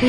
フ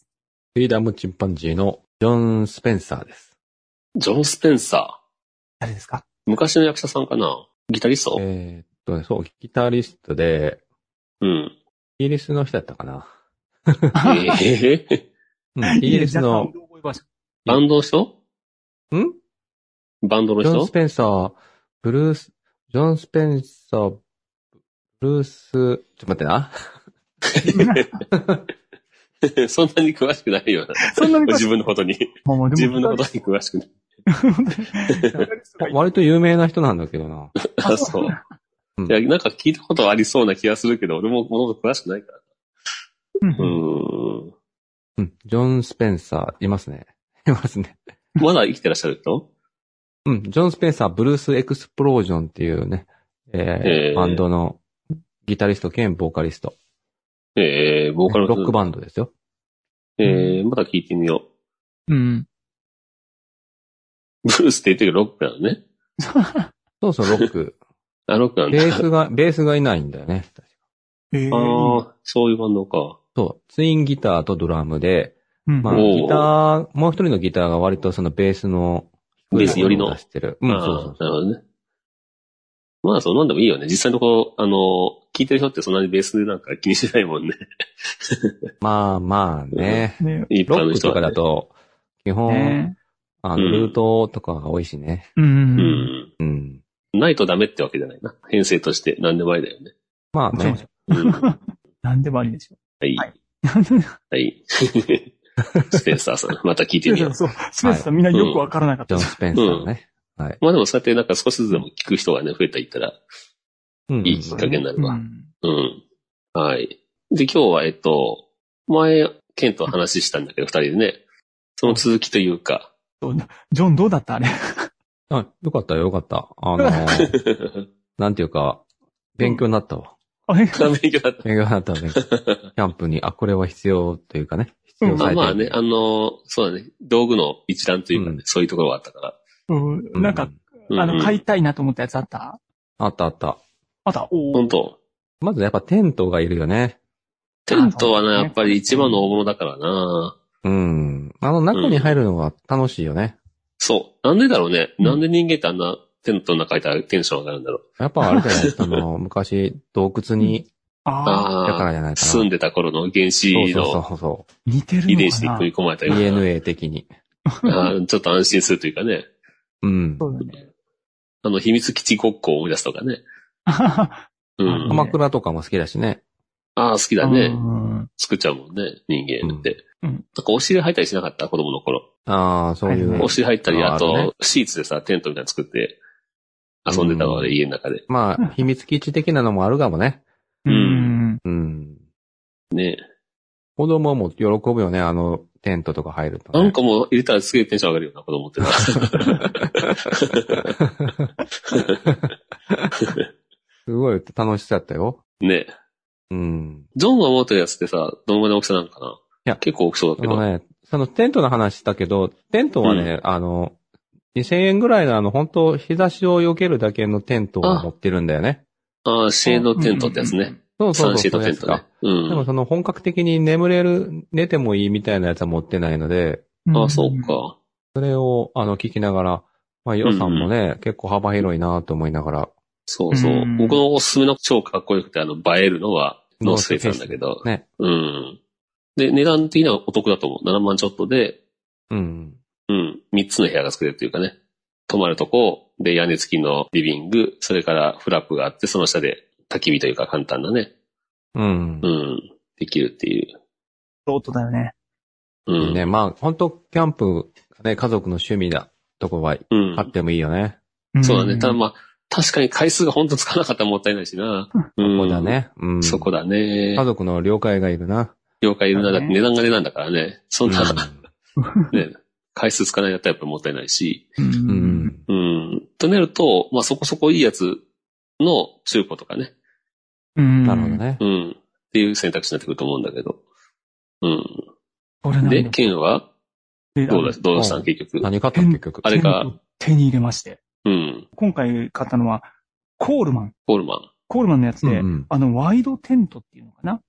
フリーダムチンパンジーのジョン・スペンサーです。ジョン・スペンサ誰ですかー。昔の役者さんかなギタリスト、えーっとね、そう、ギタリストで、うん。イギリスの人だったかな。えー、 うん、イギリスの、バンドの人んバンドのジョン・人スペンサー、ブルース、ジョン・スペンサー、ブルース、ちょっと待ってな。 そんなに詳しくないような。そんなに詳しい自分のことに。もうで自も分のことに詳しくない。割と有名な人なんだけどな。あ、 そう。うんいや、なんか聞いたことありそうな気がするけど、俺ももの詳しくないから。うーん。うん、ジョン・スペンサー、いますね。いますね。まだ生きてらっしゃる人うん、ジョン・スペンサー、ブルース・エクスプロージョンっていうね、ええーーバンドのギタリスト兼ボーカリスト。えー、ボーカルロックンバンドですよ。えー、まだ聞いてみようん。う。ブルースって言ってるけど、ロックなのね。そうそう、ロック。あ、ロック なんベだ。ースが、ベースがいないんだよね。えあー、あ、そういうバンドか。そう。ツインギターとドラムで、うんまあ、おーギター、もう一人のギターが割とそのベースの、ベース寄りの出してる。うん、ああそうそう。なるほどね。まあ、そんなんでもいいよね。実際のところ、あの、聞いてる人ってそんなにベースなんか気にしないもん ね。まあまあね。ね一ロ般のック人とはかね、だと、基本、ねあうの、んルートとかが多いしね。う。うんん。うん。ないとダメってわけじゃないな。編成として何でもありだよね。まあもちろんねもち。ろん、うん。 は何でもありでしょ。い。はいはい。 スペンサーさ ん、また聞いてみよう。そう、スペースさんみんなよくわからなかっジョたン・。スペンサーのね。はい。まあでもそうやってなんか少しずつでも聞く人がね、増えたりいったら、うんいいきっかけになるわ。ん。うん。はい。で、今日は、えっと、前、ケンと話したんだけど、二人でね。その続きというか。ジョンどうだったあれ。あ、よかったよ、よかった。あのー、なんていうか、勉強になった わ。あ れため息だった。勉強になったわ、勉強。キャンプに、あ、これは必要というかね。必要うん最あ低まあ限ね、あの、そうだね。道具の一覧というかね、うんそういうところはあったから。うんなんうか、あうんうの、ん買いたいなと思ったやつあったあったあった。あったお本ー当まずやっぱテントがいるよね。テントはあそうね、だやねっぱり一番の大物だからな。うん。あの中に入るのが楽しいよね。そう。なんでだろうね。うんなんで人間ってあんなテントの中いたらテンション上がるんだろう。やっぱあれじゃないそ の、昔、洞窟に、ああ、だかあらあ、じゃないかな。住んでた頃の原子そうそのうそうそ似てる遺伝の子かにな組み込まれたう。ような DNA 的に。 あーちょっと安心するというかね。うん。そうだね。あの、秘密基地ごっこを思い出すとかね。あははうん。鎌倉とかも好きだしね。ああ、好きだねう。ん作っちゃうもんね、人間って。うんうんなんかお尻入ったりしなかった子供の頃。ああ、そういはいうはお。尻入ったり、あああるねと、シーツでさ、テントみたいなの作って遊んでたわ、うん俺、家の中で。まあ、秘密基地的なのもあるかもね。うん。うん。ね子供も喜ぶよね、あの、テントとか入ると、ね。なんかもう入れたらすげえテンション上がるよな、子供ってな。 すごい楽しそうだったよ。 ねうん。ジョンが思ってるやつってさ、どのぐらいの大きさなんかないや結構大きそうだあけど。のね、そのテントの話したけど、テントはね、あの、2000円ぐらいのあの、本当日差しを避けるだけのテントを持ってるんだよね。ああ、シェードテントってやつね。。そうサそうそう。ンシェードそテンういうやつトねか。。うでもん。その本格的に眠れる、寝てもいいみたいなやつは持ってないので、んああ、そう。か。それをあの聞きながら、まあ予算もね、結構幅広いなと思いながら、そうそうう。ん僕のおすすめの超かっこよくて、あの、映えるのは、ノースフェイスなんだけど。ね。うん。で、値段的にはお得だと思う。7万ちょっとで、うん。うん。3つの部屋が作れるというかね。泊まるとこ、で、屋根付きのリビング、それからフラップがあって、その下で焚き火というか簡単なね。うんう。ん。できるっていう。ロートだよね。ういいん。ね。まあ本当キャンプ、ね、家族の趣味だとこはうんあ。ってもいいよね。そうだね。ただま。まあ、確かに回数が本当つかなかったらもったいないしな。そここだ。ね。うん。そこだね家。族の了解がいるな。妖怪いるな、だって値段が値段だからね。そんな、う。ね、回数つかないやったらやっぱりもったいないし。うんうん。うん。となると、まあそこそこいいやつの中古とかね。うん。なるほど。ね。うん。っていう選択肢になってくると思うんだけど。うん。これなんだで、ケンはでどうだ、どうしたうんん結局。何買ったの結局。あれか。手に入れまして。うん。今回買ったのは、コールマン。コールマン。コールマンのやつうで、ん。あの、ワイドテントっていうのかな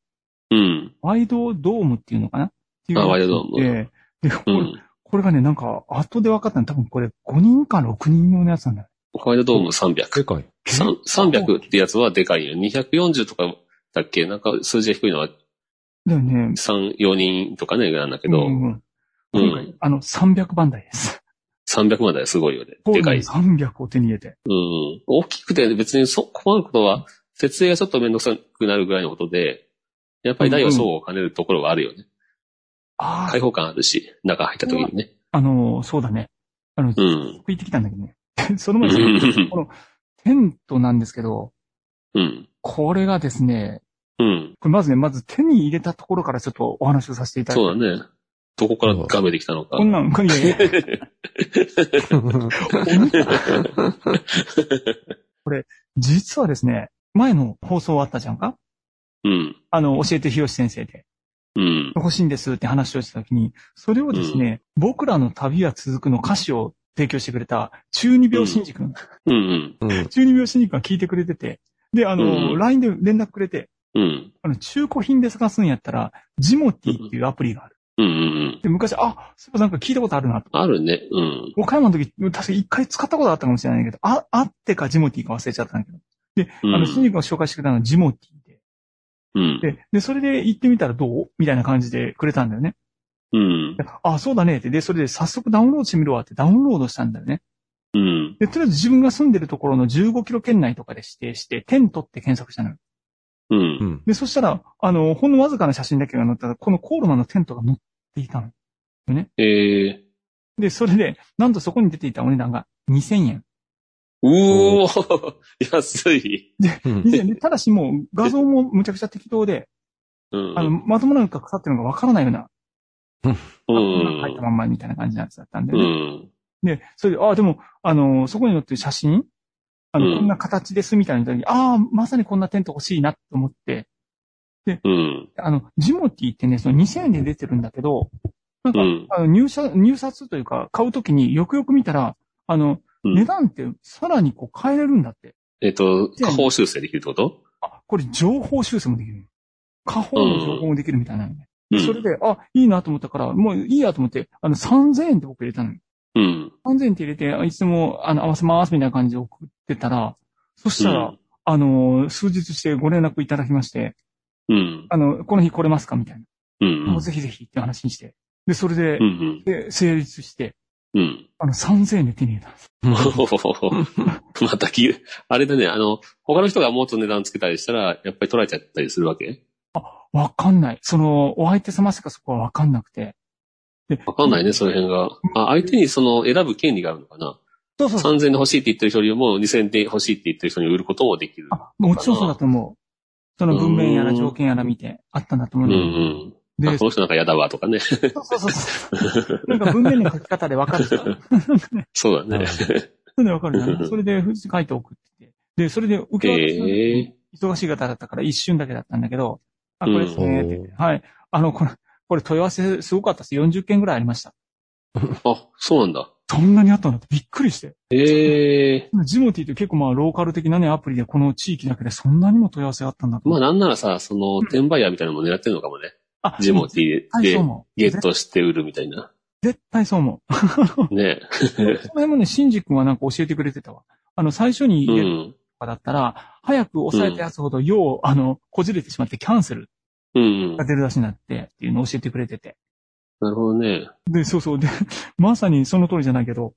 うん。ワイドドームっていうのかなっていうあのがワイドドームで、で、こうれ,、ん。これがね、なんか、後で分かったの多分これ5人か6人用のやつなんだよ。ホワイトドームで300。かい。三300ってやつはでかいよ。240とかだっけなんか数字が低いのはだよね。 3、4人とかね、なんだけどう。んうんう今回ん。あの、300番台です。 300まですごいよね。でかい。コールマン300を手に入れて。うん。大きくて別にそ、困ることは、設営がちょっとめんどくさくなるぐらいのことで、やっぱり大は相互を兼ねるところはあるよね。あ開あ、放感あるし、中入った時にね。あの、そうだね。あの、うん。行ってきたんだけどね。 そのう前に、んこのテントなんですけど、うん。これがですね、うん。これまずね、まず手に入れたところからちょっとお話をさせていただいて。そうだね。どこからガメできたのかこ。んなん、これいやいや、実はですね、前の放送あったじゃんかうん。あの、教えてひろし先生で、うん。欲しいんですって話をしたときに、それをですね、僕らの旅は続くの歌詞を提供してくれた中二病新宿、ん、うん。うん。うん。中二病新宿が聞いてくれてて、で、あの、うん LINE で連絡くれて、うん。あの、中古品で探すんやったら、ジモティっていうアプリがある。うん。うん。で、昔、あ、そういえばなんか聞いたことあるなと。あるね。うん。岡山の時、確か一回使ったことあったかもしれないけど、あ、あってかジモティか忘れちゃったんだけど。うあの、新ん。宿が紹介してくれたのはジモティで。うん。で、で、それで行ってみたらどうみたいな感じでくれたんだよね。うん。であ、そうだねって。で、それで早速ダウンロードしてみるわってダウンロードしたんだよね。うん。で、とりあえず自分が住んでるところの15キロ圏内とかで指定して、テントって検索したのよ。うん。で、そしたら、あの、ほんのわずかな写真だけが載ったら、このコールマンのテントが載っていたの。ええ。で、それで、なんとそこに出ていたお値段が2000円。うおー安い。うん2000円で、ただしもう画像もむちゃくちゃ適当で、うん。あの、まともなのか腐ってるのかわからないような、う入っんた。まんまみたいな感じのやつだったんで、うねん。で、それで、あ、でも、あの、そこに載ってる写真あの、うんこんな形ですみたいな時に、ああ、まさにこんなテント欲しいなと思って、うん。あの、ジモティってね、その2000円で出てるんだけど、なんか、うんあの入社、入札というか、買うときによくよく見たら、あの、うん値段ってさらにこう変えれるんだって。えっと、下方修正できるってことあ、これ情報修正もできる。下方の情報もできるみたいなのね。うでん。それで、あ、いいなと思ったから、もういいやと思って、あの、3000円って僕入れたのよ。うん。 3000円って入れて、あいつも、あの、合わせますみたいな感じで送ってたら、そしたら、うんあの、数日してご連絡いただきまして、うん。あの、この日来れますかみたいな。うん。もうぜひぜひって話にして。で、それでう、ん。で、成立して、うん。あの、3000円で手に入れたんです。またき、あれだね、あの、他の人がもっと値段つけたりしたら、やっぱり取られちゃったりするわけわかんない。その、お相手様しかそこはわかんなくて。わかんないね、その辺が。あ、相手にその選ぶ権利があるのかなそうそうそう。 ?3000 で欲しいって言ってる人よりも、2000で欲しいって言ってる人に売ることもできる。あ、もちろんそうだと思う。その文面やら条件やら見てあったんだと思ううんんだうよん。あこで、そうの人なんか嫌だわとかね。 そうそうそう。なんか文面の書き方でわかるじゃん。そうだね。それでわかるじゃん。それで、富士書いて送ってて。で、それで受け渡し への時え忙しい方だったから一瞬だけだったんだけど、あ、これですね、うんって言ってはい。あの、これ、これ問い合わせすごかったです。40件ぐらいありました。あ、そうなんだ。そんなにあったんだってびっくりして。ええジモティって結構まあローカル的なね、アプリでこの地域だけでそんなにも問い合わせがあったんだと ま思あう。なんならさ、その、転売ヤーみたいなのも狙ってるのかもね。あジモティ絶対でそう思うゲットして売るみたいな。絶対そう思う。ね。その辺もね、シンジ君はなんか教えてくれてたわ。あの、最初にう入れるん。とかだったら、早く押さえたやつほど、よう、あの、こじれてしまってキャンセルうんが。出るらしになってっていうのを教えてくれてて。なるほどね。で、そうそう。で、まさにその通りじゃないけど、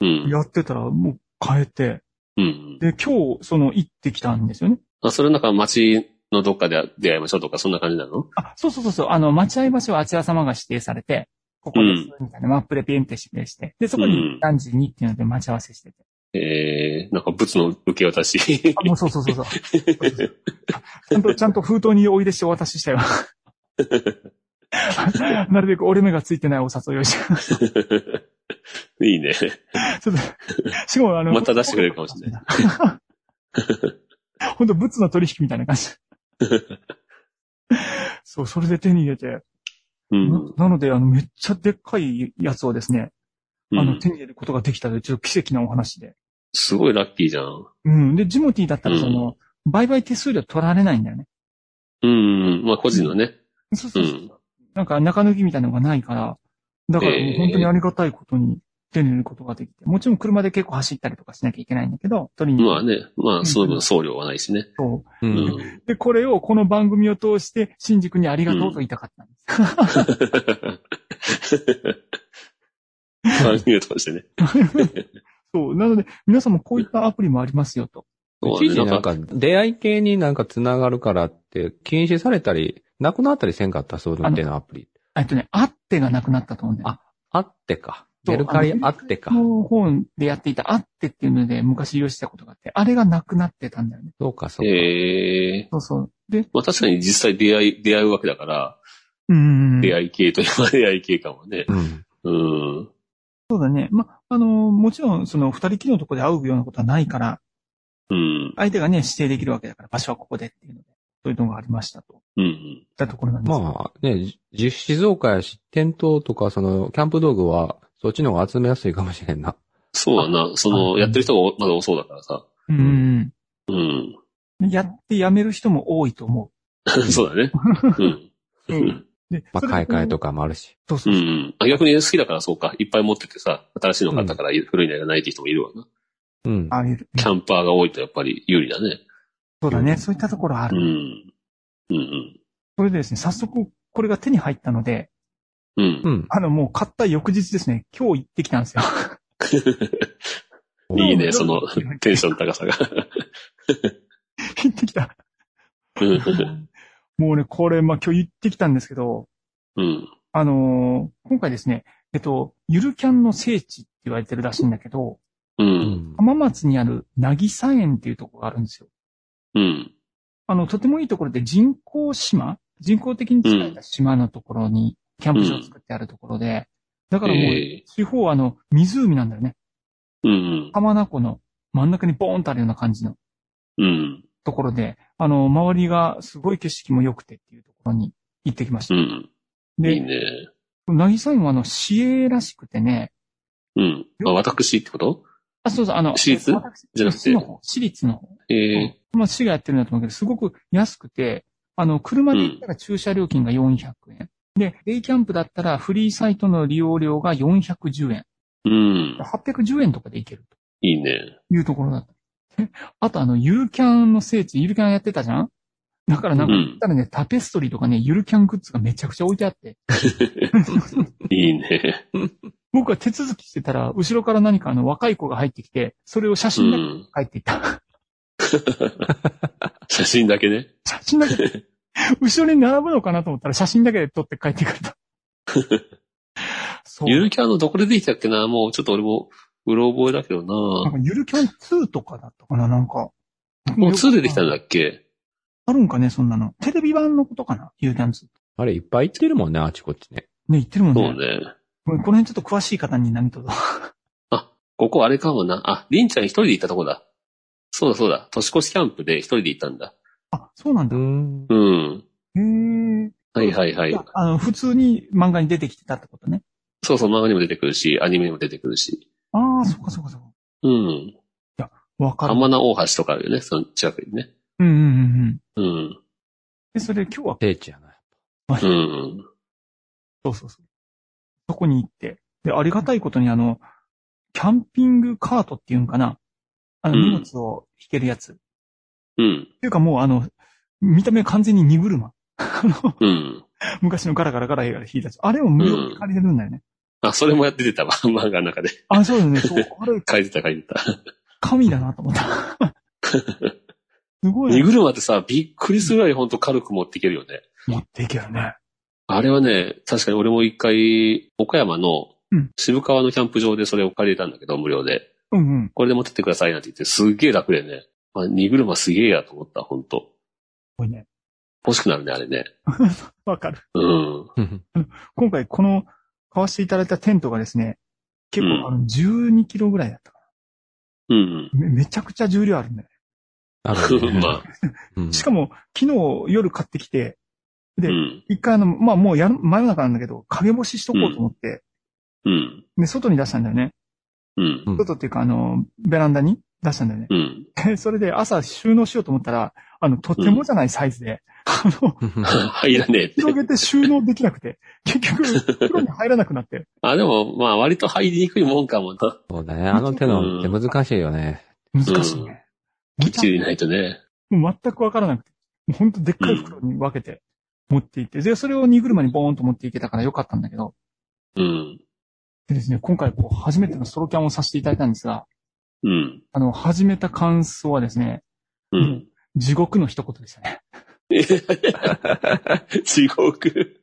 うん。やってたらもう変えて、うん。で、今日、その、行ってきたんですよね。あ、それなんか街のどっかで出会いましょうとか、そんな感じなのあ、そうそうそうそう、あの、待合場所はあちら様が指定されて、ここです、みたいな、マップでピンって指定して、で、そこうんに何時にっていうので待ち合わせしてて。ええなんか物の受け渡し。 あ、もうそうそうそうそう。ちゃんと、ちゃんと封筒においでしてお渡ししたよ。 なるべく折れ目がついてないお誘いをし、 いいね。ちょっと、しかもあの、また出してくれるかもしれない。 本当物の取引みたいな 感じ。そう、それで手に入れて。う。なんなので、あの、めっちゃでっかいやつをですね、うあの、ん、手に入れることができたので、ちょっと奇跡なお話で。すごいラッキーじゃん。うん。で、ジモティーだったら、うんその、売買手数料取られないんだよね。うん。まあ個人のね。そううそうそう。ん。なんか中抜きみたいなのがないから、だからもう本当にありがたいことに手に入れることができて、もちろん車で結構走ったりとかしなきゃいけないんだけど、取りに行まあくね、まあその分送料はないしね。と。う。うんん。 で、これをこの番組を通して、新宿にありがとうと言いたかったんです。番組を通してね。 そう。なので、皆さんもこういったアプリもありますよと。そう一だね時なんか、出会い系になんか繋がるからって、禁止されたり、なくなったりせんかった、そういうのっていうのアプリ。えっとね、あってがなくなったと思うんだよね。あってか。そうメルカリあってかこ。の本でやっていたあってっていうので昔利用してたことがあって、あれがなくなってたんだよね。そうか、そうか。ええそうそう。で、まあ確かに実際出会い、出会うわけだから、うん。出会い系といえば出会い系かもね。うん。うん。そうだね。ま、あの、もちろん、その、二人きりのところで会うようなことはないから、うん。相手がね、指定できるわけだから、場所はここでっていうので、そういうのがありましたと。いうっん。たところなんです。まあね、じ実施増加やし、店頭とかその、キャンプ道具は、そっちの方が集めやすいかもしれんな。そうだな。そあうの、んやってる人がまだ多そうだからさ。うん。うん。やってやめる人も多いと思そうだね。うん。う。うん。で、まあ、それ買い替えとか。かもあるし。そううそうそう。ん。あ逆に好きだからそうか。いっぱい持っててさ、新しいの買ったから古いのがないって人もいるわな。うん。ああいう、キャンパーが多いとやっぱり有利だね。そうだね。そういったところあうる。ん。うんそれでですね、早速、これが手に入ったので、うん。うんう。 ん。あの、もう買った翌日ですね、今日行ってきたんですよ。 いいね、そのテンションの高さが。行ってきた。うん。もうね、これ、まあ、今日言ってきたんですけど、うん。あのー今回ですね、えっと、ゆるキャンの聖地って言われてるらしいんだけど、う。うんん。浜松にあるなぎさ園っていうところがあるんですよ。うん。あの、とてもいいところで人工島人工的に作られた島のところに、キャンプ場を作ってあるところで、だからもう、ええ地方はあの、湖なんだよね。うん。浜名湖の真ん中にボーンとあるような感じのうん。ところで、あの、周りがすごい景色も良くてっていうところに行ってきましうた。ん。で、いいね。なぎさ園はあの、市営らしくてね、うん。あ、私ってことあ、そうそう、あの、私立私じゃなくて市の方、私立の方。ええまあ、市がやってるんだと思うけど、すごく安くて、あの、車で行ったら駐車料金が400円。で、デイキャンプだったらフリーサイトの利用料が410円。うん。 810円とかで行けるいいね。というところだった。であとあの、ゆるキャンの聖地、ゆるキャンやってたじゃんだからなんかうん行ったらね、タペストリーとかね、ゆるキャングッズがめちゃくちゃ置いてあって、いいね。僕は手続きしてたら、後ろから何かあの若い子が入ってきて、それを写う真だけん。帰っていった。写真だけね。 写真だけで、後ろに並ぶのかなと思ったら写真だけで撮って帰ってくれた。そう。ゆるキャンのどこでできたっけなもうちょっと俺も、うろ覚えだけどなんなかゆるキャン2とかだったかななんか。もう2でできたんだっけあるんかねそんなの。テレビ版のことかなゆるキャン2。あれ、いっぱい行ってるもんね、あちこちね。ね、言ってるもんそうね。ね。この辺ちょっと詳しい方に何とぞ。ここあれかもな。あ、りんちゃん一人で行ったとこだ。そうだそうだ。年越しキャンプで一人で行ったんだ。あ、そうなんだ。へん。うん。え。はいはいはい。あの、普通に漫画に出てきてたってことね。そうそう、漫画にも出てくるし、アニメにも出てくるし。ああ、そっかそっかそっか。うん。わかる。浜名大橋とかあるよね、その近くにね。うんうんうんうん。うん。で、それ今日は、聖地やな。うん。そうそうそう。そこに行って。で、ありがたいことにあの、キャンピングカートっていうんかな。あうの、ん荷物を引けるやつ。っうん。ていうかもうあの、見た目完全に荷車。あの、うん。昔のガラガラガラ映画で引いたやつ。あれを無料で借りれるんだよね。あ、それもやって出てたわ、 漫画の中で。あ、そうだね。そう。あれ、書いてた書いてた。神だなと思った。 すごい荷ね。車ってさ、びっくりするぐらいほんと軽く持っていけるよね。持っていけるね。あれはね、確かに俺も一回、岡山のうん渋川のキャンプ場でそれを借りれたんだけど、無料で。うんうん。これで持ってってくださいなんて言って、すっげえ楽でね。あ、荷車すげえやと思った、ほんと。すごいね。欲しくなるね、あれね。わかる。うん。今回この買わせていただいたテントがですね、結うん構あの12キロぐらいだったかうん。なめ。めちゃくちゃ重量あるんだよね。あるね まあ、うんしかも昨日夜買ってきて、うで、ん。一回あの、まあもうやる、真夜中なんだけど、陰干ししとこうと思って、うん。で、外に出したんだよね。うん。うん外っていうかあの、ベランダに出したんだよね。 うん。 でそれで朝収納しようと思ったら、あの、とってもじゃないサイズで、あの、入らねえって。広げて収納できな くて、結局、袋に入らなくなって。あ、でも、まあ、割と入りにくいもんかもな。そうだね。あの手のって難しいよね。難しいね。きっちりないとね。もう全くわからなくて。もうほんとでっかい袋に分けて持っていって、で、それを荷車にボーンと持っていけたからよかったんだけど、うん。でですね、今回こう初めてのソロキャンをさせていただいたんですが、うん。あの、始めた感想はですね、うん。地獄の一言でした ね。地獄。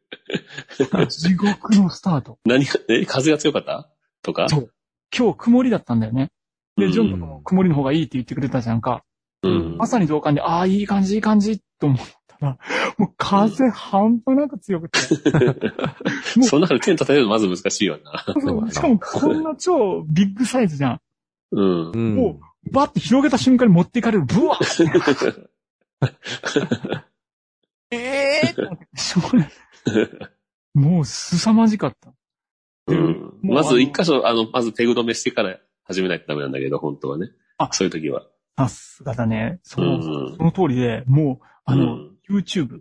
地獄のスタート。何が、え、風が強かったとかそう今日曇りだったんだよね。で、ジョンうとんかも曇りの方がいいって言ってくれたじゃんか。うん。 まさに同感で、ああ、いい感じ、いい感じ、と思ったら、もう風半端なく強くて。もうその中で手に立てるのまず難しいよな。そうだなしかもこんな超ビッグサイズじゃん。うんう。もん。バッて広げた瞬間に持っていかれる、ブワーって。ええーってしょうがないもう凄まじかった。うん。もうまず一箇所、あの、まずペグ止めしてから始めないとダメなんだけど、本当はね。あそういう時は。さすがだね。そうの、んその通りで、もう、あの、うん YouTube、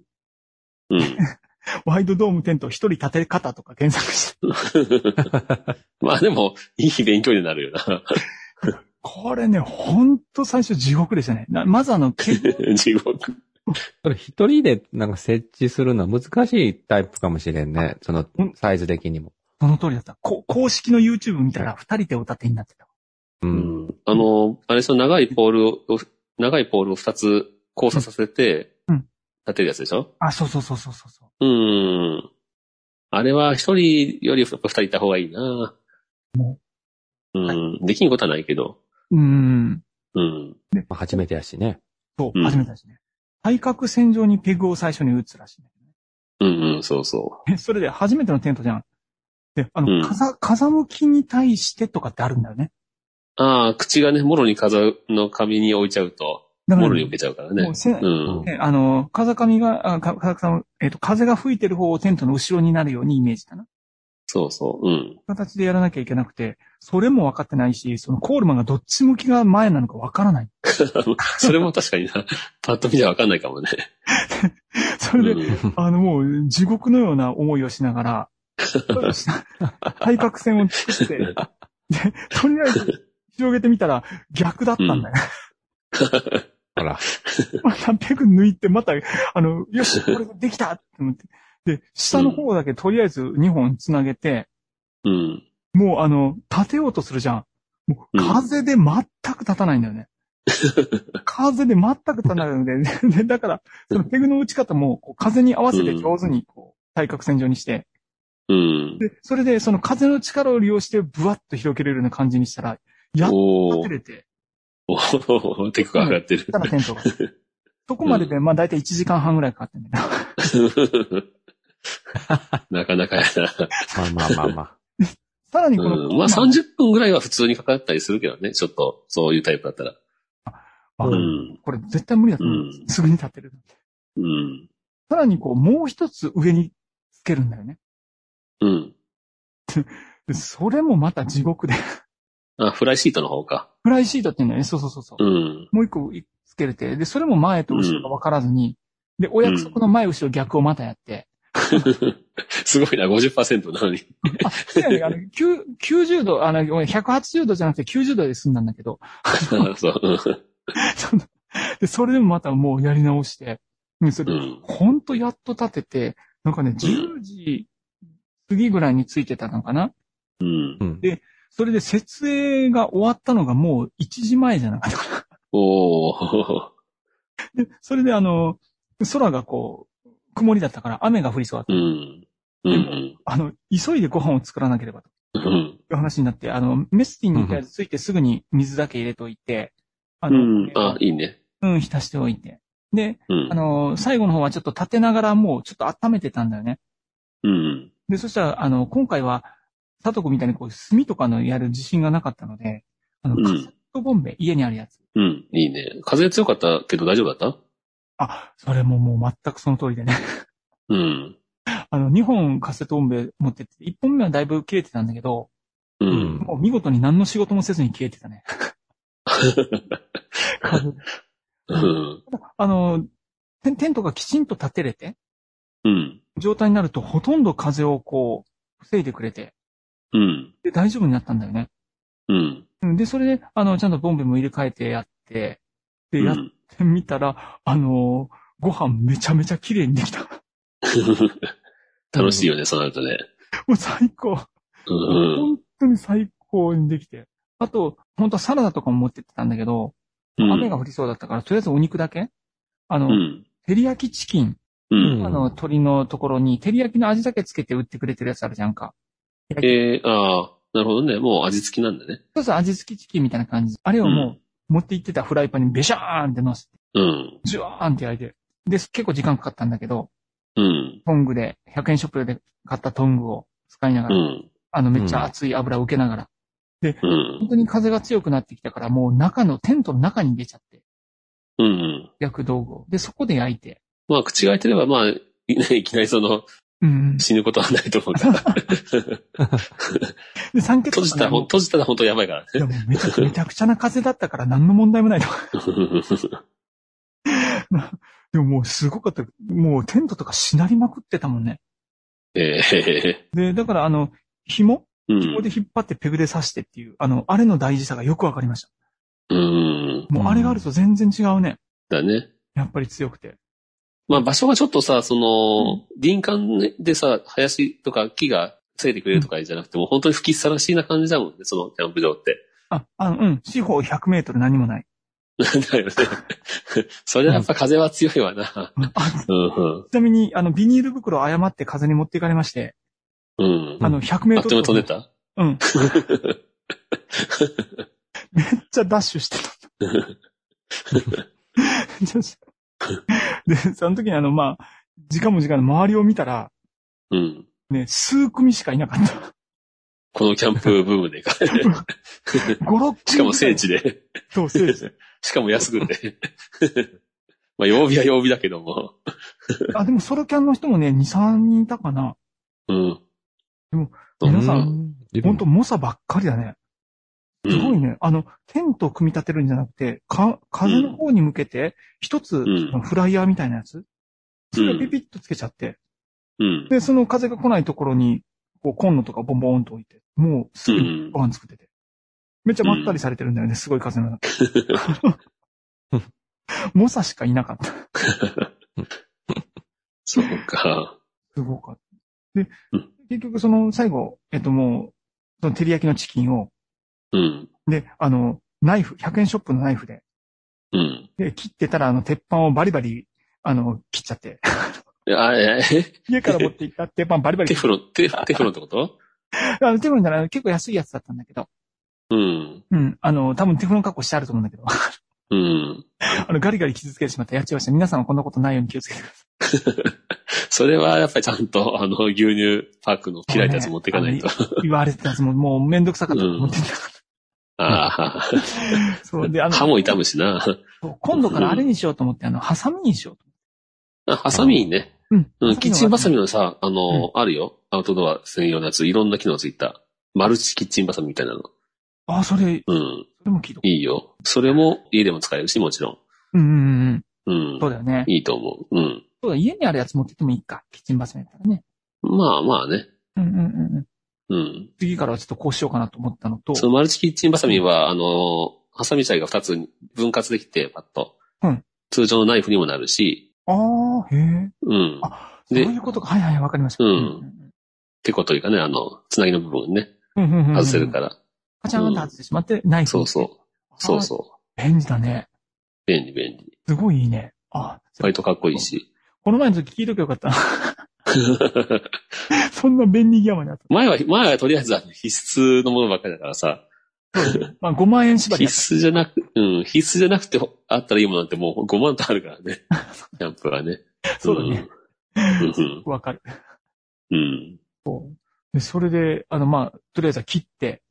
うん。 ワイドドームテント一人立て方とか検索して、まあでも、いい勉強になるよな。 これね、ほんと最初地獄でしたね。なまずあの、け 地獄。それ一人でなんか設置するのは難しいタイプかもしれんね。そのうんサイズ的にも。その通りだった。こ公式の YouTube 見たら二人手を立てになってた。う。うんん。あの、あれでしょ、長いポールを、長いポールを二つ交差させてうん、立てるやつでしょあ、そうそうそうそうそうそう。うん。あれは一人よりやっぱ二人いた方がいいな。うん。できんことはないけど。うーん。うん。まあ初めてやしね。そうう、ん初めてだしね。対角線上にペグを最初に打つらしいね、うんうん、そうそえそれで初めてのテントじゃん。で、あうんの、風、風向きに対してとかってあるんだよね。う。ああ、口がね、もろに風の紙に置いちゃうと、だかもらろにね、受けちゃうからもねう。せうん。ねあの、風上が、あか風上えっ、と、風が吹いてる方をテントの後ろになるようにイメージだな。そうそう。うん。形でやらなきゃいけなくて、それも分かってないし、そのコールマンがどっち向きが前なのか分からない。それも確かにな、 パッと見じゃわかんないかもね。それで、うんあの、もう地獄のような思いをしながら、対角線を作って、で、とりあえず広げてみたら逆だったんだよ。ほら。 またペグ抜いて、また、あの、よし、これできたって思って。で、下の方だけとりあえず2本つなげて、うん。もうあの、立てようとするじゃん。もううん風で全く立たないんだ よね。風で全く立たないので、でだから、そのペグの打ち方もこう風に合わせて上手にこう対角線上にして、うん。で、それでその風の力を利用してブワッと広げれるような感じにしたら、やっとお立てーれて、おーテクが上がってる。ただテントが。そこまでで、まあ大体1時間半ぐらいかかってんだけど。なかなかやな。まあまあまあまあ。さらにこの、うん、まあまあ30分ぐらいは普通にかかったりするけどね。ちょっと、そういうタイプだったら。わうかるん。これ絶対無理だと思う。うんすぐに立てる。うん。さらにこう、もう一つ上につけるんだよね。うん。でそれもまた地獄で。あ、フライシートの方か。フライシートっていうんだよね。そうそうそうそう。うん。 もう一個つけれて、で、それも前と後ろが分からずに、で、お約束の前後ろ逆をまたやって、すごいな、50%なのに。 あ、そうやね、あの、9 90度、あの、ごめん180度じゃなくて90度で済んだんだけど、そう。そので、それでもまたもうやり直して、うん、それう、ん。ほんとやっと立てて、なんかね、10時過ぎぐらいについてたのかなうん。うん。でそれで設営が終わったのがもう1時前じゃなかったかおー。な。で、それであの、空がこう、曇りだったから雨が降りそうだっうた。ん。うん。あの、急いでご飯を作らなければとうん。いう話になって、あの、メスティンにとりあえずついてすぐに水だけ入れといて、あうの、ん。あ、いいね。うん、浸しておいて。で、うんあ。の、最後の方はちょっと立てながらもうちょっと温めてたんだよね。うん。で、そしたら、あの、今回は、佐藤君みたいにこう、炭とかのやる自信がなかったので、あの、うんカセットボンベ、家にあるやつ。うん。いいね。風強かったけど大丈夫だったあ、それももう全くその通りでね。 うん。あの、2本カセットボンベ持ってって、1本目はだいぶ切れてたんだけど、う。うんん。もう見事に何の仕事もせずに消えてたね。 うん。あの、テンテントがきちんと立てれて、うん。状態になるとほとんど風をこう、防いでくれて、うん。で、大丈夫になったんだよね。うん。うんで、それで、あの、ちゃんとボンベも入れ替えてやって、うで、やっん。てみたら、あのーご飯めちゃめちゃ綺麗にできた。 楽しいよね、そうなるとね。もう最高。うん。本当に最高にできて。あと、本当はサラダとかも持ってってたんだけど、うん。雨が降りそうだったから、とりあえずお肉だけあの、うん。照り焼きチキン、うん。あの、鶏のところに、照り焼きの味だけつけて売ってくれてるやつあるじゃんか。えー、ああ、なるほどね。もう味付きなんだね。そうそう、味付きチキンみたいな感じ。あれをもう、持って行ってたフライパンにベシャーンって乗せて、うん。ジュワーンって焼いて。で、結構時間かかったんだけど、うん。トングで、100円ショップで買ったトングを使いながうら、ん。あの、めっちゃ熱い油を受けながら。うん本。当に風が強くなってきたから、もう中の、テントの中に出ちゃって、うん。焼く道具を。で、そこで焼いて。まあ、口が開いてれば、まあ、いねいきなりその、うん。死ぬことはないと思う から。で、酸欠と閉かじたら、ねほん閉じたら本当やばいからいやもうめちゃめちゃくちゃな風だったから何の問題もないと。ね。でももうすごかった。もうテントとかしなりまくってたもんね。 ええで、だからあの、紐う紐んで。引っ張ってペグで刺してっていう、あの、あれの大事さがよくわかりました。うん。もうあれがあると全然違うね。だね。やっぱり強くて。まあ、場所がちょっとさ、その、林間でさ、林とか木がついてくれるとかじゃなくて、もう本当に吹きさらしいな感じだもんね、そのキャンプ場って。あ、あの、うん、四方100メートル何もない。 だよね。それはやっぱ風は強いわな。あうん、ちなみに、あの、ビニール袋を誤って風に持っていかれまして、うん。うん。あの、100メあーっトという間に飛ル。んでたうん。めっちゃダッシュして た。めっちゃダッシュで、その時にあの、まあ、時間も時間の周りを見たら、うん。ね、数組しかいなか った。このキャンプブーム でか。 5、6組。しかも聖。地で。そう、聖地。しかも安く て。まあ、曜日は曜日だけども。あ、でもソロキャンの人もね、2、3人いたかな。うん。でもそんな、皆さん、ほんと、うん猛者ばっかりだね。うんすごいね。あの、テントを組み立てるんじゃなくて、か、風の方に向けて、一つ、んそのフライヤーみたいなやつ。それをピピッとつけちゃって、 うん。で、その風が来ないところに、こう、コンロとかボンボンと置いて、もう、すぐにご飯作ってて。めっちゃまったりされてるんだよね、すごい風の中。モサしかいなかった。そうか。すごかった。でうん、結局その最後、えっともう、その照り焼きのチキンを、うん。で、あの、ナイフ、100円ショップのナイフで、うん。で、切ってたら、あの、鉄板をバリバリ、あの、切っちゃって。あ、え、え家から持っていった鉄板バリバリテ。フロン、テテフロンってことあの、テフロンじゃない、結構安いやつだったんだけど。うん。うん。あの、多分テフロン加工してあると思うんだけど。 うん。あの、ガリガリ傷つけてしまったやっちゃいました。皆さんはこんなことないように気をつけて くださそれはやっぱりちゃんと、あの、牛乳パックの嫌いなやつ持っていかないと。い。言われてたやつも、もうめんどくさかったと思ってた。ああ、そう。で、あの、歯も痛むしな。そう今度からあれにしようと思って、あの、ハサミにしようとあハサミいいね。思って。うん。うん、キッチンバサミ。ミのさ、あの、あるよ。アウトドア専用のやつ、いろんな機能ついた。マルチキッチンバサミみたいなの。あ、それ、うん、それも聞いた。いいよ。それも家でも使えるし、もちろうんうんうん。ん。うんそう。だよね。いいと思う。うん。そうだ、家にあるやつ持ってってもいいか。キッチンバサミだったらね。まあまあね。うんうんうんうん。うん。次からはちょっとこうしようかなと思ったのと、そのマルチキッチンバサミは、あの、ハサミ自体が2つ分割できて、パッと。うん通常のナイフにもなるし、ああ、へえ。うん。あ、そうでいうことか。はいはい、わかりました。うんんてこというかね、あの、つなぎの部分ね、うん。うんうんうん。外せるから。カチャーンと外してしまって、ナイフ。そう そう。そうそう。う。便利だね。便利便利。すごいいいね。あ、割とかっこいいし。 この前の時聞いとけよかった。 そんな便利ギャマにあった。前は、前はとりあえずあの必須のものばっかりだからさ、まあ5万円縛り必須だった。じゃなく、うん、必須じゃなくてあったらいいものなんてもう5万とあるから ね。キャンプはね。そうだね。うん。うんわかる。うん。で、それで、あの、まあ、とりあえずは切って、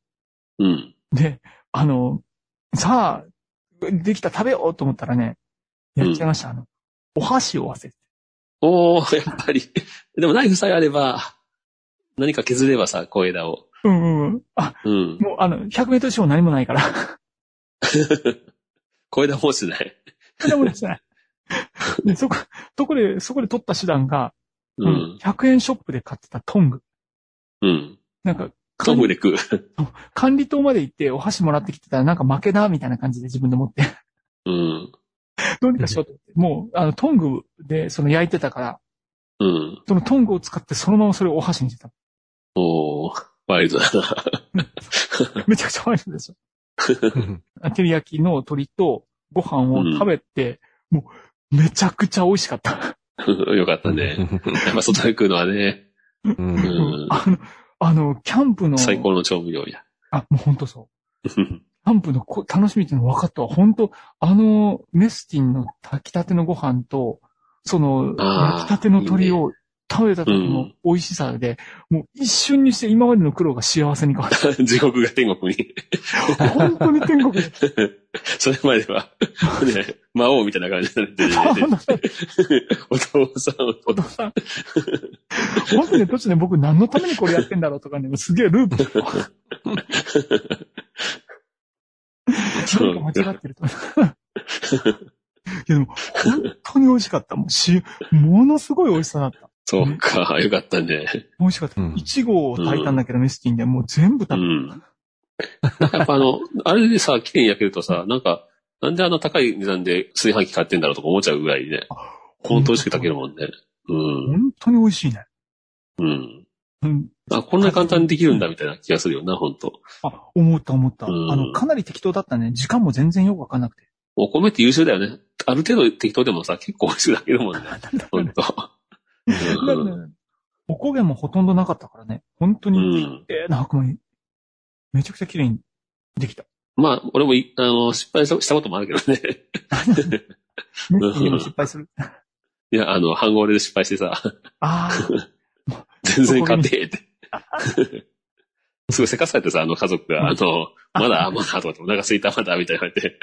うん。で、あの、さあ、できた食べようと思ったらね、やっちゃいました。あの、お箸を忘れて。おー、やっぱり。でもナイフさえあれば、何か削ればさ、小枝を。うんうんうん。あ、うん。もうあの、100メートル四方何もないから。 小枝も落ちてない。何もですね。で、そこ、そこで、そこで取った手段が、ううんん。 100円ショップで買ってたトング。うん。なんか、トムで食う。管理棟まで行ってお箸もらってきてたらなんか負けだ、みたいな感じで自分で持って。うん。 どうにかしようと思って。もう、あの、トングで、その焼いてたから、うん。そのトングを使ってそのままそれをお箸にしてた。おー、ワイルドだ な。めちゃくちゃ美味しいですよ。照り焼きの鶏とご飯を食べて、もう、めちゃくちゃ美味しかった。よかったね。やっぱ外で食うのはね、う。うんんあの、あの、キャンプの、最高の調味料や。 あ、もう本当そう。キャンプのこ楽しみっていうの分かったわ。本当あの、メスティンの炊きたてのご飯と、その、あー焼きたての鶏を食べた時うのん美味しさで、もう一瞬にして今までの苦労が幸せ に変わっ地獄が天国に。 た。本当に天国に。それまでは、ね、魔王みたいな感じになってて、お父さん、おお父父さん。本当にね、どっちね、僕何のためにこれやってんだろうとかね、もうすげえル ープ。 さなんんか。間違ってると思う。いやでも、本当に美味しかった。もうし、ものすごい美味しさだった。そうか、よかったね。美味しかった。うんいちごを炊いたんだけど、メスティンでもう全部う食べん。 やっぱあの、あれでさ、綺麗に焼けるとさ、なんか、なんであの高い値段で炊飯器買ってんだろうとか思っちゃうぐらいね。本当美味しく炊けるもんね。うん。本当に美味しいね。うん。うん。あ、こんなに簡単にできるんだみたいな気がするよな、本当あ、思った思った。あうんの、かなり適当だったね。時間も全然よくわかんなくて。お米って優秀だよね。ある程度適当でもさ、結構美味しく炊けるもんね。本当だからねお焦げもほとんどなかったからね。本当うに、ん。えー、な白米。めちゃくちゃ綺麗にできた。まあ、俺もい、あの、失敗したしたこともあるけどね。 メスティンも失敗する。いや、あの、半合で失敗してさ、ああ、全然勝てへんっ て。すごいせかされてさ、あの家族が、あの、まだ、まだ、とかって、お腹すいた、まだ、みたいな 言って、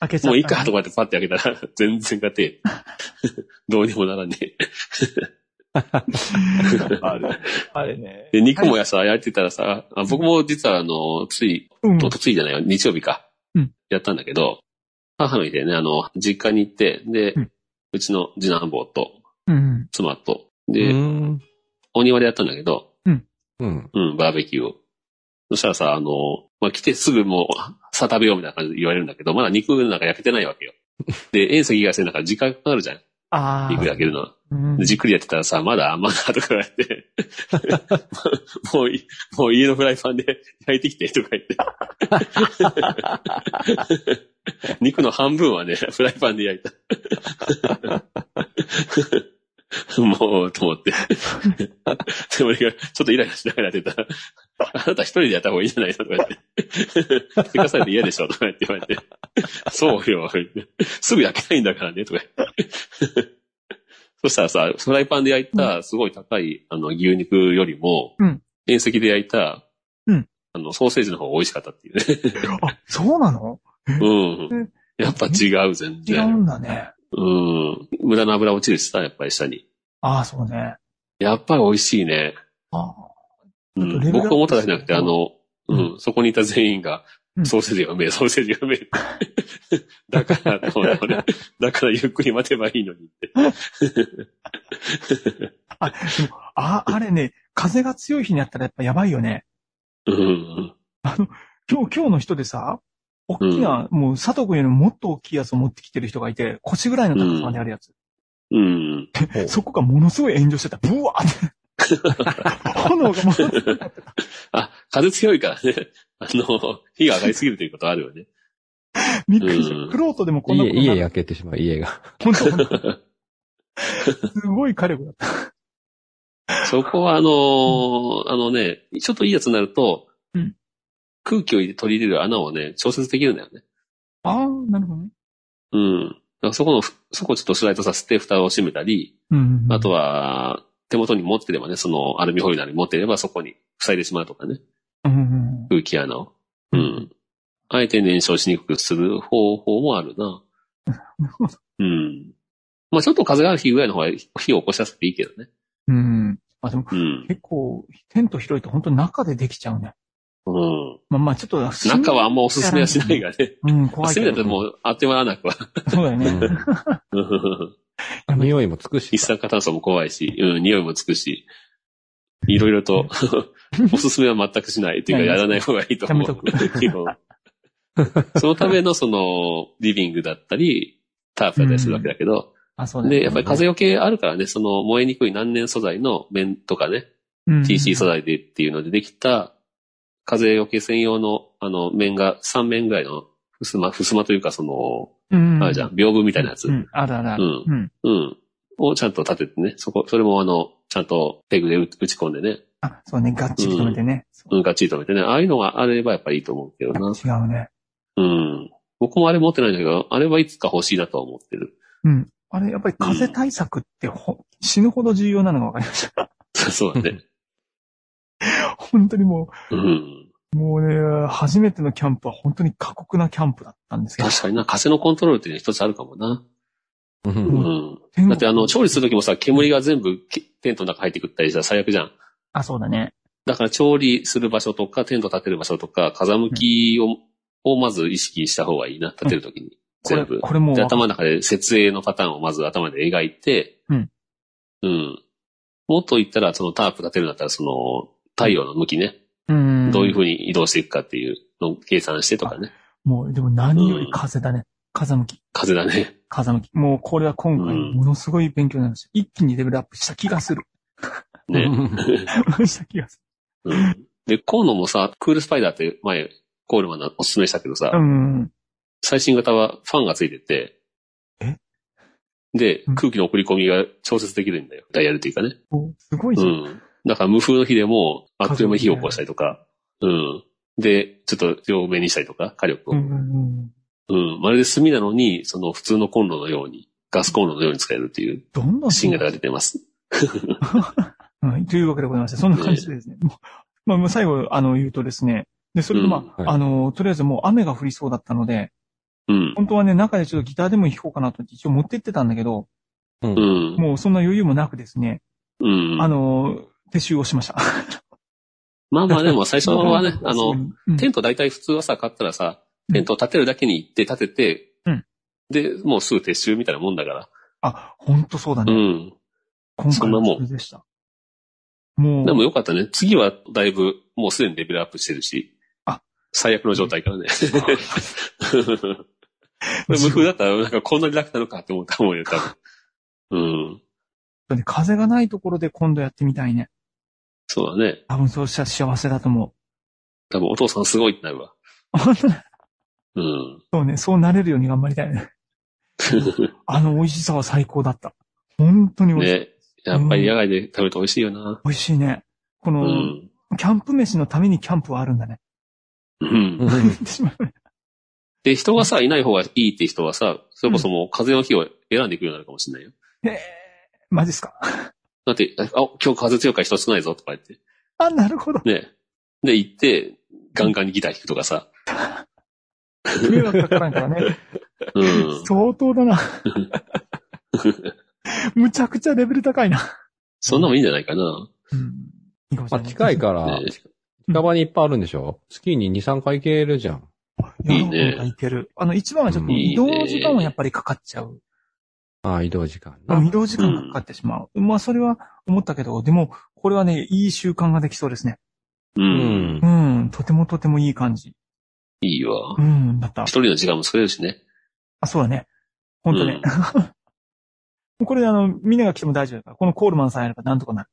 開けちゃった。もういいか、とかってパッて開けたら、全然勝てへん。どうにもなら ねえ。あれ、あれね。で、肉もやさ、焼いてたらさ、あ僕も実はあの、つい、うん。おとついじゃないよ、日曜日か。うんやったんだけど、母の日でね、あの、実家に行って、で、ううんちの次男坊とうん。妻と、うで、ん。お庭でやったんだけど、うん。うん、バーベキューを。そしたらさ、あの、まあ、来てすぐもう、 さ食べようみたいな感じで言われるんだけど、まだ肉なんか焼けてないわけよ。で、遠赤外線なんか時間かかるじゃん。あ肉あ。焼けるのは。うんでじっくりやってたらさ、まだ、まだ、とか言われ て、もうい、もう家のフライパンで 焼いてきて、とか言って。 肉の半分はね、フライパンで焼いた。 もう、と思って。で、俺が、ちょっとイライラしながらやってたら、あなた一人 でやった方がいいんじゃないのとか言って。せかされて嫌でしょとか言って言われて。そうよ。すぐ焼けないんだからね、とか言って。そしたらさ、フライパンで焼いた、すごい高い、あの、牛肉よりも、うん遠赤で焼いた、うんあの、ソーセージの方が美味しかったっていうね。 あ、そうなのうん。やっぱ違う、全違う然。んだね。うん。無駄な油落ちるしさ、やっぱり下に。ああ、そうね。やっぱり美味しいね。あうちょっとん、レベルアップ僕が思っただけじゃなくて、あの、ううんん、そこにいた全員がう、んソーセージがうめえ、ソーセージがうめえ って。だから、こうねだからゆっくり待てばいいのにって。あ。あ、あれね、風が強い日になったらやっぱやばいよね。うん。今日、今日の人でさ、大きな、もう佐藤君よりももっと大きいやつを持ってきてる人がいて、腰ぐらいの高さまであるやつ。うん。ほうそこがものすごい炎上してた。ブワー って。炎がものすごい。あ、風強いからね。 あの、火が上がりすぎるということはあるよね。びっくりしうんた。クロートでもこんな家、ことにな家る。焼けてしまう、家が。本当本 当すごい火力だった。そこは、あのーあのね、ちょっといいやつになると、うん空気を入れ取り入れる穴をね、調節できるんだよね。ああ、なるほどね。うん。だからそこの、そこをちょっとスライドさせて蓋を閉めたり、うんうん。あとは、手元に持ってればね、そのアルミホイルなり持ってればそこに塞いでしまうとかね、うんうん空気穴を。うん。あえて燃焼しにくくする方法もあるな。うん。なるほどうん。まあちょっと風がある日ぐらいの方が火を起こしやすくていいけどね。うん。あ、でも、うん。結構、テント広いと本当中でできちゃうね。うん。まあまあ、ちょっと、中はあんまおすすめはしないがね。うん、怖いけ炭ど。だともうあっという間なくは。そうだようんね。匂いもつくし一。酸化炭素も怖いし、うん、匂いもつくし、いろいろと、 おすすめは全くしないというか、ややりますらない方がいいとやめ思とう。く。基本。そのための、その、リビングだったり、タープだったりするわけだけど、あ、そうだよね。で、やっぱり風よけあるからね、その燃えにくい難燃素材の面とかね、うん、 TC 素材でっていうのでできた、風よけ専用の、あの、面が3面ぐらいの、ふすま、ふすまというか、その、うん。あるじゃん、屏風みたいなやつ。うん、あるあるある。。うんうん。をちゃんと立ててね、そこ、それもあの、ちゃんとペグで打打ち込んでね、あ、そうね、ガッチリ止めてね。そううん、がっちり止めてね、ああいうのがあればやっぱりいいと思うけどな。違うね。うん。僕もあれ持ってないんだけど、あれはいつか欲しいなとは思ってる。 うん。あれ、やっぱり風対策ってほ、死ぬほど重要なのが分かりました。 そうだね。本当にもうん。う、もうね、初めてのキャンプは本当に過酷なキャンプだったんですけど。確かにな、風のコントロールっていうのは一つあるかもな。ううんん。天国だってあの、調理するときもさ、煙が全部けテントの中入ってくったりしたら最悪じゃん。あ、そうだね。だから調理する場所とか、テント立てる場所とか、風向きを、をまず意識した方がいいな、立てるときに。これ、全部。これもうで、、頭の中で設営のパターンをまず頭で描いて、うん。うん。もっと言ったら、そのタープ立てるんだったら、その、太陽の向きね、うん。どういう風に移動していくかっていうのを計算してとかね。もう、でも何より風だね。風向き、風だ ね。風向き。もうこれは今回うんものすごい勉強になりました。一気にレベルアップした気がする。 ね。した気がすうん。で、コーノもさ、クールスパイダーって前、コールマンのおすすめしたけどさ、る。うん。最新型はファンがついてて、えでうん、空気の送り込みが調節できるんだよ。ダイヤルというかね。おすごいじうゃん。ん。だから無風の日でも、あっという間に火を起こしたりとか、うん。で、ちょっと強めにしたりとか、火力を。ううんん。うんうん。まるで炭なのに、その普通のコンロのように、ガスコンロのように使えるっていうどんどん新型が出てます。はい。というわけでございまして、そんな感じでですね。もうまあ、もう最後、あの、言うとですね。で、それとまあ、うんはいあの、とりあえずもう雨が降りそうだったので、うん。本当はね、中でちょっとギターでも弾こうかなと思って一応持ってってたんだけど、うんう。ん。もうそんな余裕もなくですね、うん。あの、撤収をしました。、まあまあでも最初はね あうの、ん、うんテント大体普通はさ、買ったらさ、テントを建てるだけに行って建てて、うんで、もうすぐ撤収みたいなもんだかあ、本当そうだら。うね。ん。今そ回んなもんそれでした。もう、でもよかったね。次はだいぶ、もうすでにレベルアップしてるし。あ最悪の状態 からね。無風だったら、なんかこんなに楽なのかって思ったもんよ、多分。うん。ね風がないところで今度やってみたいね。そうだね。多分そうしたら幸せだと思う。多分お父さんすごいってなるわ。 本当だうん。そうね、そうなれるように頑張りたいね。あの美味しさは最高だった。本当に美味しい。ね。やっぱり野外で食べると美味しいよな。美味しいね。こうの、ん。キャンプ飯のためにキャンプはあるんだね。 うん。言ってしまうねで、人がさ、いない方がいいって人はさ、それこそもう風の日を選んでいくようになるかもしれないよ。えー、マジっすか。 だって、あ、今日風強いから人少ないぞとか言って。あ、なるほど。ね。で、行って、ガンガンにギター弾くとかさ。迷惑かからんからね。うん。相当だな。むちゃくちゃレベル高いな。 そんなもんいいんじゃないかな。うん。いいかもしまれなあい近いから、ね近場にいっぱいあるんでしょ月に2、3回行けるじゃん。やろういいねなんかいける。あの、一番はちょっと移動時間はやっぱりかかっちゃう。ああ、移動時間あな。移動時間がかかってしまう。まあ、それは思ったけど、でも、これはね、いい習慣ができそうですね。う。うんんう。ん、とてもとてもいい感じ。いいわう。ん、だった一。人の時間も作れるし ね。あ、そうだね。ほんとね。 これであの、みんなが来ても大丈夫だから、このコールマンさんやればなんとかなる。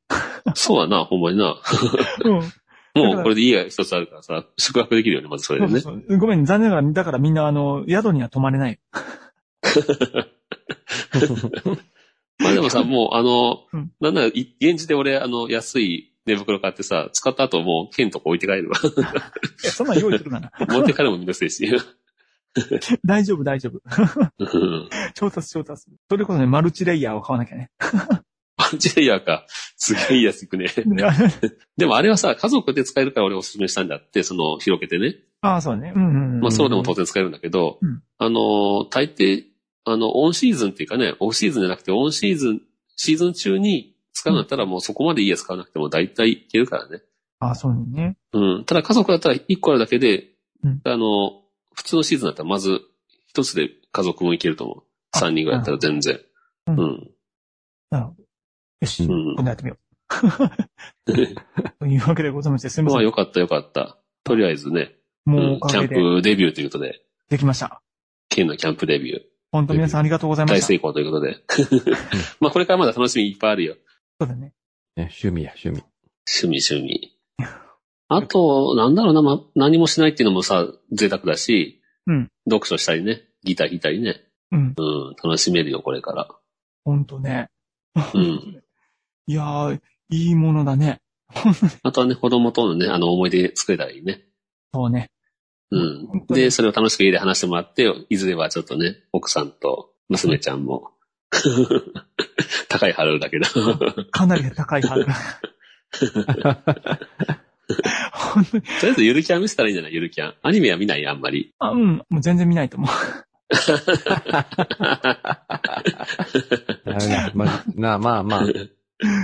そうだな、ほんまにな。うん。もうこれで家が一つあるからさ、宿泊できるよね、まずそれでね。 そうそうごめん、残念ながら、だからみんなあの、宿には泊まれない。まあでもさ、もうあのうん、なんなら、い現地で俺、あの、安い寝袋買ってさ、使った後もう剣とか置いて帰れ ば、いやそんなん用意するかな。 持って帰るのもめんどくせえし。大丈夫、大丈夫。うん調達、調達。それこそね、マルチレイヤーを買わなきゃね。パンチレイヤーか。すげえいいやついくね。でもあれはさ、家族で使えるから俺おすすめしたんだって、その、広げてね。 ああ、そうね。うんうん、うん。まあそうでも当然使えるんだけど、うんあの、大抵、あの、オンシーズンっていうかね、オフシーズンじゃなくて、オンシーズン、シーズン中に使うんだったらもうそこまでいいやつ買わなくても大体いけるからね。ああ、そうね。うん。ただ家族だったら1個あるだけで、うんあの、普通のシーズンだったらまず1つで家族もいけると思う。あ3人ぐらいだったら全然。ううんん。なるほど。よし、う今ん度やってみよう。 というわけでございまして、すみままあせん。よかったよかった。とりあえずね、もううんおキかャげンでプデビューということで、できました。県のキャンプデビュー。本当皆さんありがとうございま大した。成功ということで。 まあこれからまだ楽しみいっぱいあるよ。そうだね。ね、趣味や、趣味。趣味趣味。あと、なんだろうな、ま、何もしないっていうのもさ、贅沢だし、うん読書したりね、ギター弾いたりね、うん。うん、楽しめるよ、これから。本当ね。うん。 いやー、いいものだね。あとはね、子供とのね、あの、思い出作れたらいいね。そうね。うん本。当にで、それを楽しく家で話してもらって、いずれはちょっとね、奥さんと娘ちゃんも、 高いハードルだけど。とかなり高いハードル。本当に。りあえずゆるキャン見せたらいいんじゃないゆるキャン。アニメは見ないあんまり。あ、うん。もう全然見ないと思う。なるねまなまあまあ。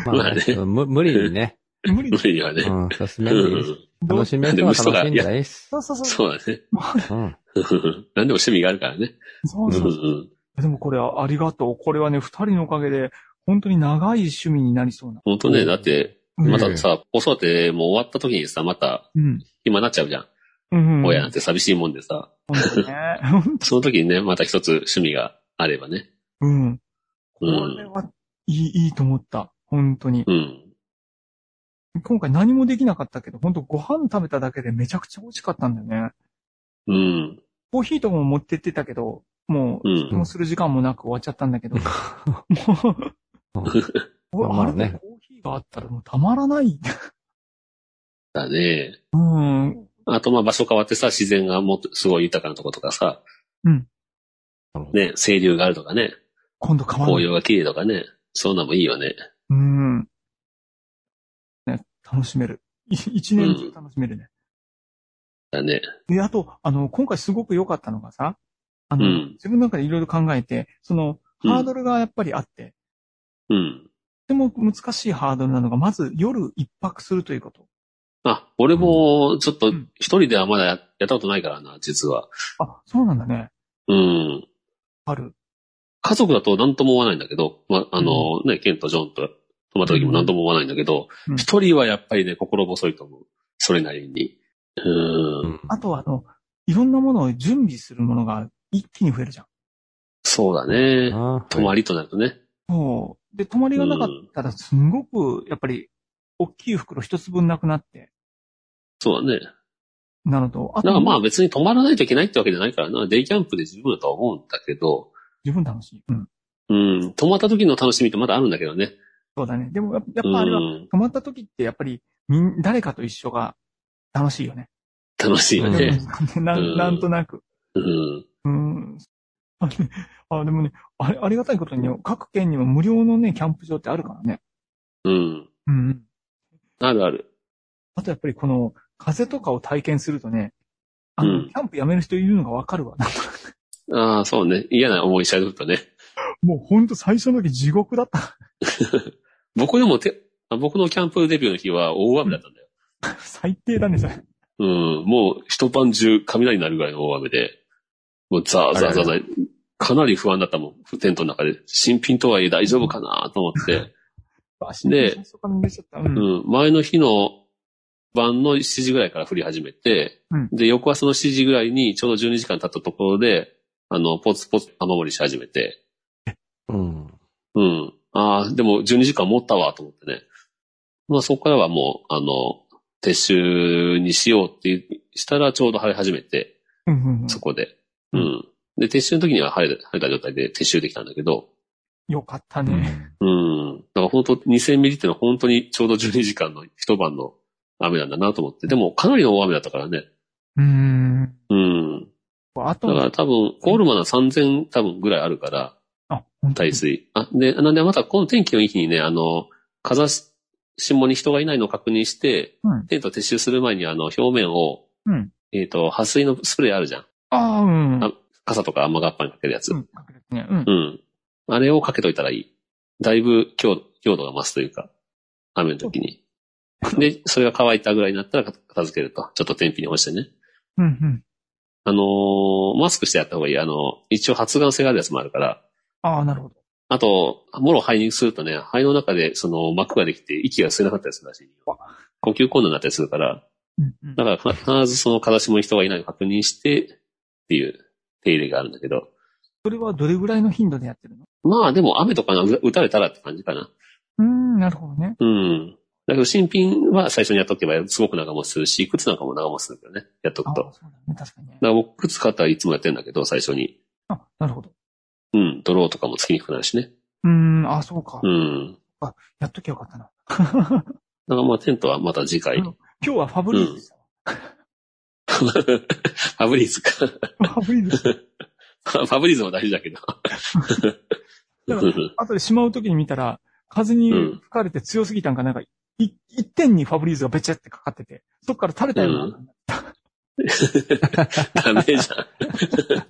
ままああねね、む無理にね。無理無。理にはね。うん、う進めるん。ど楽うしめるのは楽しいんじゃないっす。そうそうそそう。うだね。うん。何でも趣味があるからね。そうそううんうんでもこれありがとう。これはね、二人のおかげで、本当に長い趣味になりそうな。本当ね、だって、うんまたさ、子育てもう終わった時にさ、また、うん。今なっちゃうじゃん。うん。親なんて寂しいもんでさ、本当ね。 本当その時にね、また一つ趣味があればね。うん。こうんれはいい、いいと思った。本当に。うん。今回何もできなかったけど、本当ご飯食べただけでめちゃくちゃ美味しかったんだよね。うん。コーヒーとかも持ってってたけど、もう、うんもうする時間もなく終わっちゃったんだけど。もう、 まああれねでコーヒーがあったらもうたまらない。だね。うん。あと、まあ場所変わってさ、自然がもっとすごい豊かなとことかさ、ね、清流があるとかね、今度変わ紅る。葉が綺麗とかね、そういうのもいいよね。うん。ね、楽しめる。い一年中楽しめるね。だね。で、あと、あの、今回すごく良かったのがさ、あの、うん自分の中でいろいろ考えて、その、うんハードルがやっぱりあって、うん。とても難しいハードルなのが、まず夜一泊するということ。あ、俺も、ちょっとうん、一人ではまだややったことないからな、実は。あ、そうなんだね。うん。ある。家族だと何とも思わないんだけど、まあ、あの、ね、ケンとジョンと泊まった時も何とも思わないんだけどうん、一、人はやっぱりね、心細いと思う。それなりに。うん。うんあとは、あの、いろんなものを準備するものが一気に増えるじゃん。そうだね。あ泊まりとなるとね。そう。で、泊まりがなかったら、すんごく、やっぱり、大きい袋一つ分なくなって、そうだね。なのと、あだからと、まあ別に泊まらないといけないってわけじゃないからな。デイキャンプで十分だとは思うんだけど、自分楽しい。うん。うん。泊まった時の楽しみってまだあるんだけどね。そうだね。でもやっぱ、やうっぱあれは、ん。泊まった時って、やっぱり、みん、誰かと一緒が楽しいよね。楽しいよね。 なうんなんとなく。うん。うん。あねあ、でもね、あれ、ありがたいことにね、各県にも無料のね、キャンプ場ってあるからね。うん。うん。あるある。あとやっぱりこの、風とかを体験するとね、あの、うんキャンプやめる人いるのがわかるわ。なんかああ、そうね。嫌な思いしちゃうとね。もうほんと最初の時地獄だった。 僕でもて、あ僕のキャンプデビューの日は大雨だったんだよ。最低だね、それ。うん、もう一晩中雷になるぐらいの大雨で、もうザーザーザーザー、かなり不安だったもん、テントの中で。新品とはいえ大丈夫かなと思って、足で最初から濡れちゃった。う。うんん、前の日の晩の7時ぐらいから降り始めて、うんで、翌朝の7時ぐらいにちょうど12時間経ったところで、あの、ポツポツ雨漏りし始めて、うん。うん、ああ、でも12時間持ったわと思ってね。まあそこからはもう、あの、撤収にしようってしたらちょうど晴れ始めて、うんうんうんそこで。うん。で、撤収の時には晴れた晴れた状態で撤収できたんだけど、よかったね。うん。だから本当2000ミリってのは本当にちょうど12時間の一晩の雨なんだなと思って。でもかなりの大雨だったからね。うーん。うん。あとだから多分、コールマンは3000多分ぐらいあるから、あ、本当に耐水。あ、で、なんでまたこの天気のいい日にね、あの、風下に人がいないのを確認して、うんテント撤収する前にあの表面を、うんえっ、と、破水のスプレーあるじゃん。ああ、うん。あ傘とか雨がっぱにかけるやつ。うん、隠れてね。うんう。ん。あれをかけといたらいい。だいぶ強度強度が増すというか、雨の時に。で、それが乾いたぐらいになったら片付けると。ちょっと天日に干してね。うん、うん。あのーマスクしてやった方がいい。あのー一応発がん性があるやつもあるから。ああ、なるほど。あと、もろ肺にするとね、肺の中でその膜ができて息が吸えなかったりするらしい。呼吸困難になったりするから、うん、うんだ。からか必ずその風下に人がいないのを確認してっていう手入れがあるんだけど。それはどれぐらいの頻度でやってるのまあでも雨とかが打たれたらって感じかな。うーん、なるほどね。うん。だけど新品は最初にやっとけばすごく長持ちするし、靴なんかも長持ちするけどね、やっとくああと。だかそうだね。確かにね。ら僕、靴買ったらいつもやってんだけど、最初に。あ、なるほど。うん、ドローとかもつきにくくなるしね。うーん、あ、そうかう。ん。やっときゃよかったな。だからまあテントはまた次回。うん今日はファブリーズでしたわ。 ファブリーズか。 ファブリーズでした。ファブリーズも大事だ けど。だからあとでしまうときに見たら、風に吹かれて強すぎたんかなんか、い一点にファブリーズがべちゃってかかってて、そっから垂れたような。 ダメじゃん。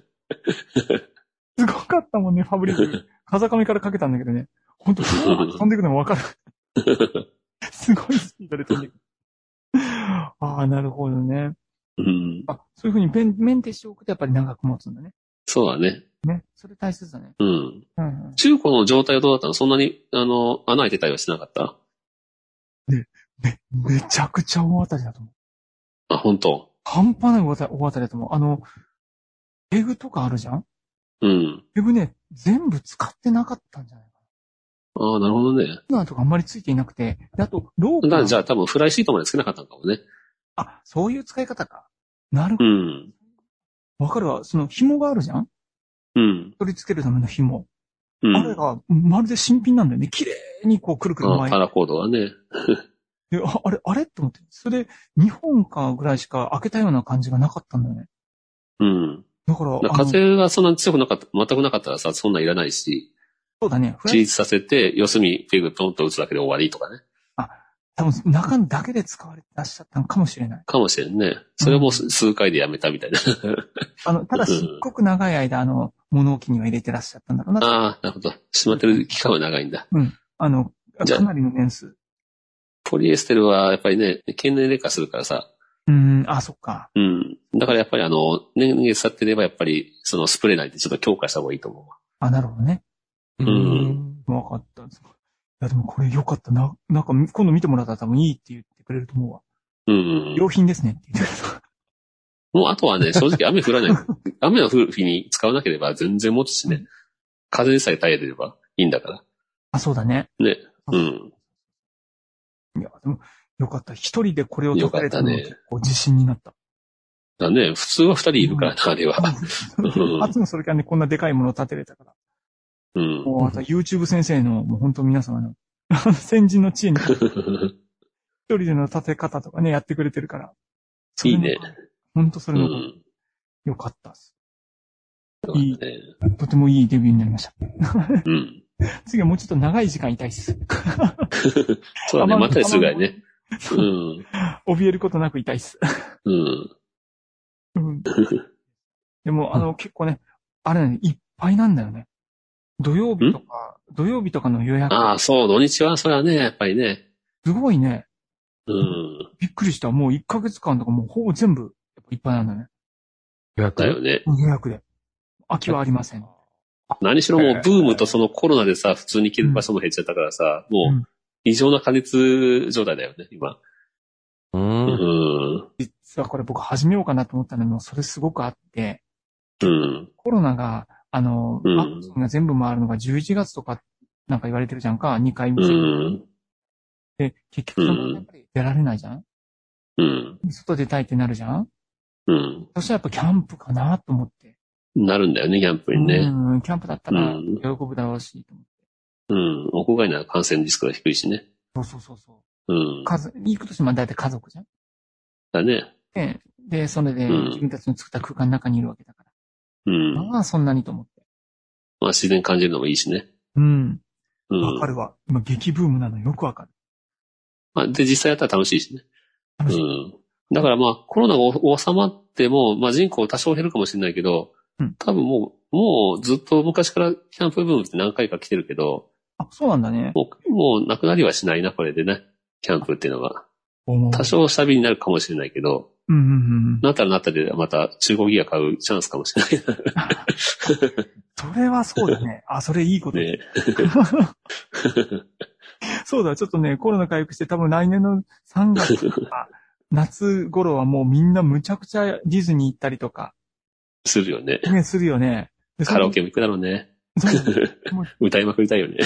すごかったもんね、ファブリー ズ。風上からかけたんだけどね。ほんと、 飛んでくのもわかる。すごいスピードで飛んでくる。ああ、なるほどね。 うん。あ、そういうふうにメンメンテしておくとやっぱり長く持つんだね。そうだね。ね。それ大切だね。うん。うんうん。中古の状態はどうだったのそんなに、あの、穴開いてたりはしてなかっため、めちゃくちゃ大当たりだと思う。あ、本当半端ない大当たり、大当たりだと思う。あの、ペグとかあるじゃんうん。ペグね、全部使ってなかったんじゃないかああ、なるほどね。な。ナーとかあんまりついていなくて。で、あと、ロだープからが。じゃあ多分フライシートまでつけなかったんかもね。あ、そういう使い方か。なるほうど。ん。わかるわ。その紐があるじゃんうん。取り付けるための紐。うん。あれが、まるで新品なんだよね。綺麗にこう、くるくるあ巻いパて。ラコードはね。でああれ、あれと思って。それ、2本かぐらいしか開けたような感じがなかったんだよね。うん。だから、だあからの風がそんなに強くなかった、全くなかったらさ、そんなんいらないし、そうだね。フラ自イ立させて、四隅ペグポンと打つだけで終わりとかね。多分、中だけで使われてらっしゃったのかもしれない。かもしれんね。それも数回でやめたみ たいな。あの、ただ、すっごく長い間、あの、物置には入れてらっしゃったんだろうな。ああ、なるほど。しまってる期間は長いんだ。あの、じゃあかなりの年数。ポリエステルはやっぱりね、経年劣化するからさ。うーん、あ、そっか。うん。だからやっぱりあの、年月経ってればやっぱり、そのスプレーなりでちょっと強化した方がいいと思うわ。あ、なるほどね。うんわかった。いや、でもこれよかったな。なんか、今度見てもらったら多分いいって言ってくれると思うわ。うん。良品ですねって言ってくれ た。もうあとはね、正直雨降らない。 雨の降る日に使わなければ全然持つしね。風でさえ耐えてればいいんだから。あ、そうだね。ね。うん。いや、でも、よかった。一人でこれを解かれたのはよかった結構自信になった。だね、普通は二人いるからな、あれは。 うん初のそれからね、こんなでかいものを立てれたから。うん。もう、あと YouTube 先生の、もう本当皆様の、 あの先人の知恵に一人での立て方とかね、やってくれてるから。それの いいね。本当そうれの、ん。よかったっす。そうだねとてもいいデビューになりました。うん。次はもうちょっと長い時間いたいっす。 そうだね、まったりするぐらいね。うん。怯えることなくいたいっす。うん。 うんでも、あの、結構ね、あれだね、いっぱいなんだよね。土曜日とか、土曜日とかの予約、ああ、そう、土日は、それはね、やっぱりね。すごいね、うん。びっくりした。もう1ヶ月間とかもうほぼ全部やっぱいっぱいなんだね。予約だよね。予約で。空きはありません。何しろもう、ブームとそのコロナでさ、普通に行ける場所も減っちゃったからさ、うもんう、異常な過熱状態だよね、今。うう。んん。実はこれ僕始めようかなと思ったのも、それすごくあって、うん。コロナが、あの、うんワクチンが全部回るのが11月とかなんか言われてるじゃんか、2回目う接種ん。で、結局そのうんやっぱり出られないじゃんうん。外出たいってなるじゃんうん。そしたらやっぱキャンプかなと思って。なるんだよね、キャンプにね。うん、キャンプだったらうん喜ぶだろうし、と思ってうん。屋外なら感染リスクが低いしね。そうそうそうそうんう。。家族、行くとしても大体家族じゃん。だね。ええで、それでうん自分たちの作った空間の中にいるわけだかうん。ら。まあ、そんなにと思って。まあ自然感じるのもいいしね。うん。うん。わかるわ。今、激ブームなのよくわかる。まあ、で、実際やったら楽しいしね。楽しいうん。だからまあ、コロナが収まっても、まあ人口多少減るかもしれないけど、うん多分もう、もうずっと昔からキャンプブームって何回か来てるけど、あ、そうなんだね。もう、もうなくなりはしないな、これでね。キャンプっていうのは。思う多少下火になるかもしれないけど、うんうんうんうん。なったらなったでまた中古ギア買うチャンスかもしれないそれはそうだ ね。あ、それいいこと。ね。そうだ、ちょっとね、コロナ回復して多分来年の3月と か、夏頃はもうみんなむちゃくちゃディズニー行ったりとか、するよね。ね、するよね。でカラオ。ケも行くだろうね。その時そうだねもう歌いまくりたいよね。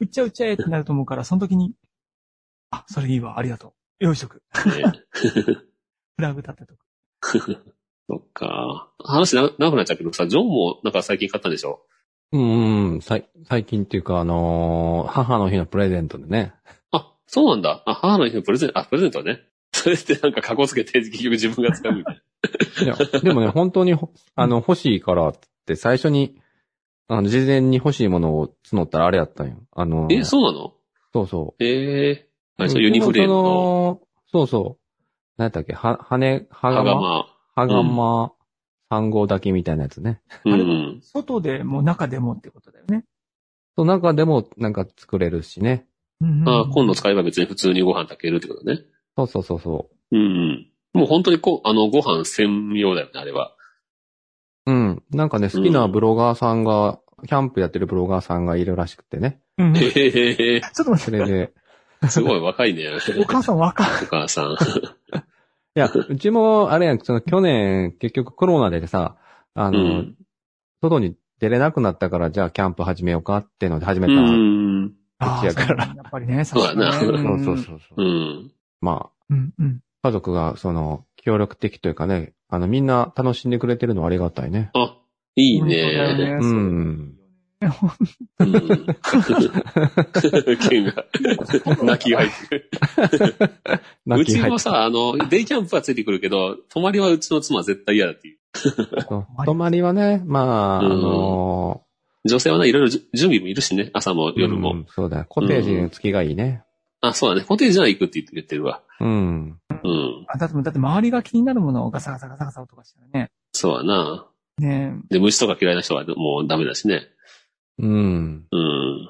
うっちゃうっちゃえってなると思うから、その時に、あ、それいいわ、ありがとう。用意しとく。ねフラグ立ってとく。そっか。話な長くなっちゃうけどさ、ジョンもなんか最近買ったんでしょうん、さい最近っていうか、あのー母の日のプレゼントでね。あ、そうなんだ。あ、母の日のプレゼント、あ、プレゼントね。 それってなんか過去つけて結局自分が使うみたいいや、でもね、本 当にほ、あの、欲しいからって最初に、あの、事前に欲しいものを募ったらあれやったんよ。あの ーな。え、そうなのそうそう。ええあれそうユニフレームのその。そうそう。何やったっけは、羽、は羽がま、釜。はがま、三号だけみたいなやつね。うん。外でも中でもってことだよね。その中でもなんか作れるしね。うんうんあ、今度使えば別に普通にご飯炊けるってことね。そうそうそうそうんうん。もう本当にこう、あの、ご飯専用だよね、あれは。う。うん。なんかね、好きなブロガーさんが、キャンプやってるブロガーさんがいるらしくてね。うんうんへちょへへへ。っと待そって、れ で、すごい若いね。お母さん若い。 お母さん。いや、うちも、あれやん、その去年、結局コロナでさ、あうの、ん。外に出れなくなったから、じゃあキャンプ始めようかってので始めうた。ん。ああやからそうやっぱりね、そうだなさすがねそうそうそうそう。うん。まうんうん。あ、家族が、その、協力的というかね、あの、みんな楽しんでくれてるのはありがたいね。あ、いい本当だね。ようそん。うん。剣が、 泣きが入ってる。うちもさ、あの、デイキャンプはついてくるけど、泊まりはうちの妻は絶対嫌だっていう。そう泊まりはね、まあ、あうんの女性はね、いろいろじ準備もいるしね、朝もー夜うも。んそうだよ、コテージの月がいいね。あ、そうだね。コテージは行くって言って言ってるわ。うん。うん。あだって、だって周りが気になるものをガサガサガサガサ音がしたらね。そうだな。ねえで、虫とか嫌いな人はもうダメだしね。うん。うん。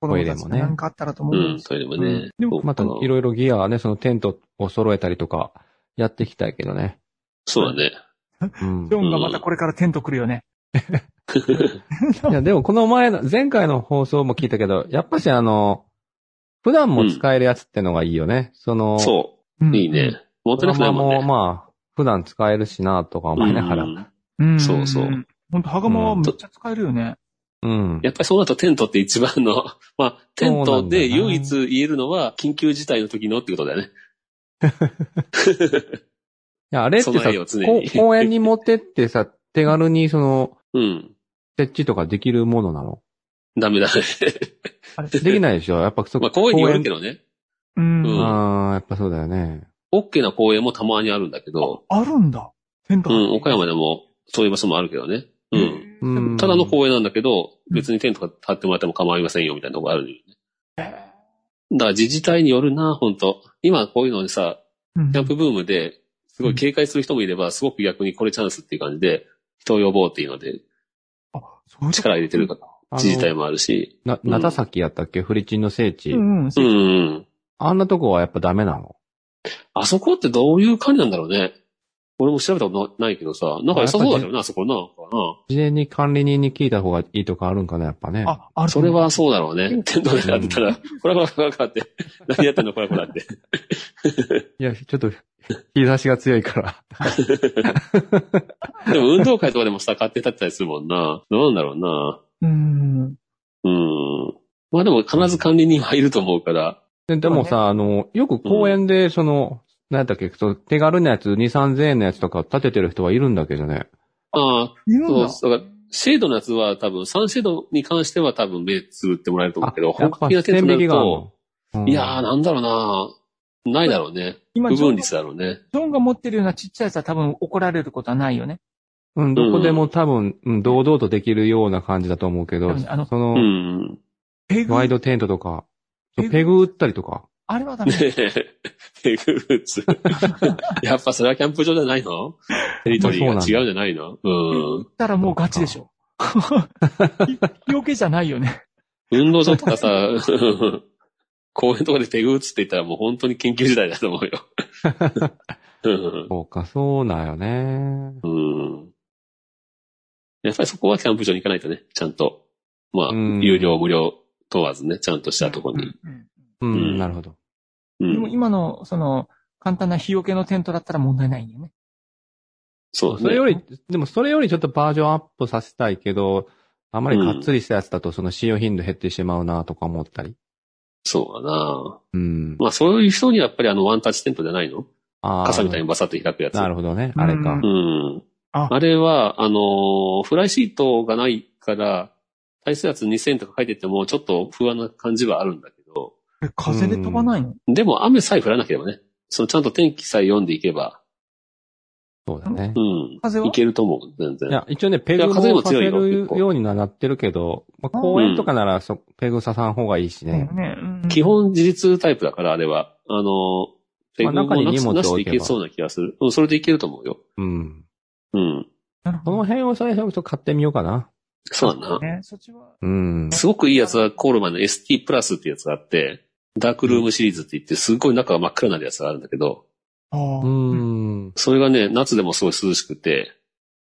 子ト供イレたもちねなんかあったらと思う。うん、トイレもうねん。でもこうまた、いろいろギアはね、そのテントを揃えたりとか、やっていきたいけどね。そうだね。うんジ。ョンがまたこれからテント来るよね。 いや、でもこの前の、前回の放送も聞いたけど、やっぱしあの、普段も使えるやつってのがいいよね。その、 そうんう。いいね。。持ってドなくないラマもんもね。まあ、普段使えるしなとか思いながら。ううんんうん。。そうそうんほんと、はがまはめっちゃ使えるよね。。やっぱりそうなるとテントって一番の、 まあ、テントで唯一言えるのは緊急事態の時のってことだよね。いやあれってさ備えよう常、こにう公園に持ってってさ、手軽にその、うん。設置とかできるものなのダメだ ね。あれ。できないでしょやっぱそまあ、公園によるけどね。うん。うんああ、やっぱそうだよね。 OK な公園もたまにあるんだけど、あるんだ。テント。うん、岡山でもそういう場所もあるけどね。うん。うん。ただの公園なんだけど、別にテントが立ってもらっても構いませんよ、みたいなとこあるよね。だから自治体によるな、本当今こういうのでさ、うんキャンプブームで、すごい警戒する人もいれば、すごく逆にこれチャンスっていう感じで、人を呼ぼうっていうので、そういうこと力入れてるあの自治体もあるし。な、うん長崎やったっけフリチンの聖地う。んうん。うそんううん。あんなとこはやっぱダメなのあそこってどういう感じなんだろうね。俺も調べたことなないけどさ、なんか良さそうだけどな、あそこな。なんか事前に管理人に聞いた方がいいとかあるんかなやっぱね。あ、あなるそれはそうだろうね。テントでやってたら、こらこらこらこらって、何やってんのこらこら って。いや、ちょっと、日差しが強いから。でも運動会とかでもさ、勝手に立ってたりするもんな。どうなんだろうな。うん。うん。まあでも必ず管理人はいると思うから。 ででもさ、あの、よく公園で、その、なんだっけ、その手軽なやつ、2、3000円のやつとか立ててる人はいるんだけどね。ああ、いるんそう、だだ。からシェードのやつは多分、サンシェードに関しては多分目つぶってもらえると思うけど、や本っぱ格的な線テント引にきながあるとるの、。うんいやー、なんだろうなないだろうね。今不ジョ分ン、率だろうね。ジョンが持ってるようなちっちゃいやつは多分怒られることはないよね。うん、どこでも多分、うん、堂々とできるような感じだと思うけ多ど分ね、あの、そうの、ん。ペグ、ワイドテントとか、ペグペグ打ったりとか。あれはダメね。 え、ペグー ツ。やっぱそれはキャンプ場じゃないのテリトリーが違うじゃないのうん。たらもうガチでしょ。日よけじゃないよね。運動場とか さ、公園とかでペグ打つって言ったらもう本当に研究時代だと思うよ。 うんそうか、そうなんよね。うんやっぱりそこはキャンプ場に行かないとね、ちゃんと。まあ、うん有料無料問わずね、ちゃんとしたとこに。うんううんん、なるほど。うでもん。今の、その、簡単な日よけのテントだったら問題ないんだよね。そうそれねよ。り、でもそれよりちょっとバージョンアップさせたいけど、あまりがっつりしたやつだとその使用頻度減ってしまうなとか思ったり。そうだなうん。まあ、そういう人にはやっぱりあの、ワンタッチテントじゃないのあー傘みたいにバサッと開くやつ。なるほどね。あれかう。うん。ああれは、あのーフライシートがないから、耐水圧2000とか書いてても、ちょっと不安な感じはあるんだけど、え風で飛ばないのでも雨さえ降らなければね、そのちゃんと天気さえ読んでいけば、そうだねう。ん。風はいけると思う、全い然。や、一応ね、ペグもいや風もさせ強いよる結構ようにはなってるけど、まあ、公園とかならそ、ペグ刺さん方がいいしだねよ。ね。うん基本自立タイプだから、あれは。あの、ペグまあ中にもなく荷物をなしで置いけばけそうな気がする。うん、それでいけると思うよ。うん。うん。なるほそどの辺を最初ちょっと買ってみようかな。そうだな。ね。そっちは、うん。すごくいいやつはコールマンの ST プラスってやつがあって、ダークルームシリーズって言って、すごい中が真っ暗になるやつがあるんだけど、ああう。ん。それがね、夏でもすごい涼しくて、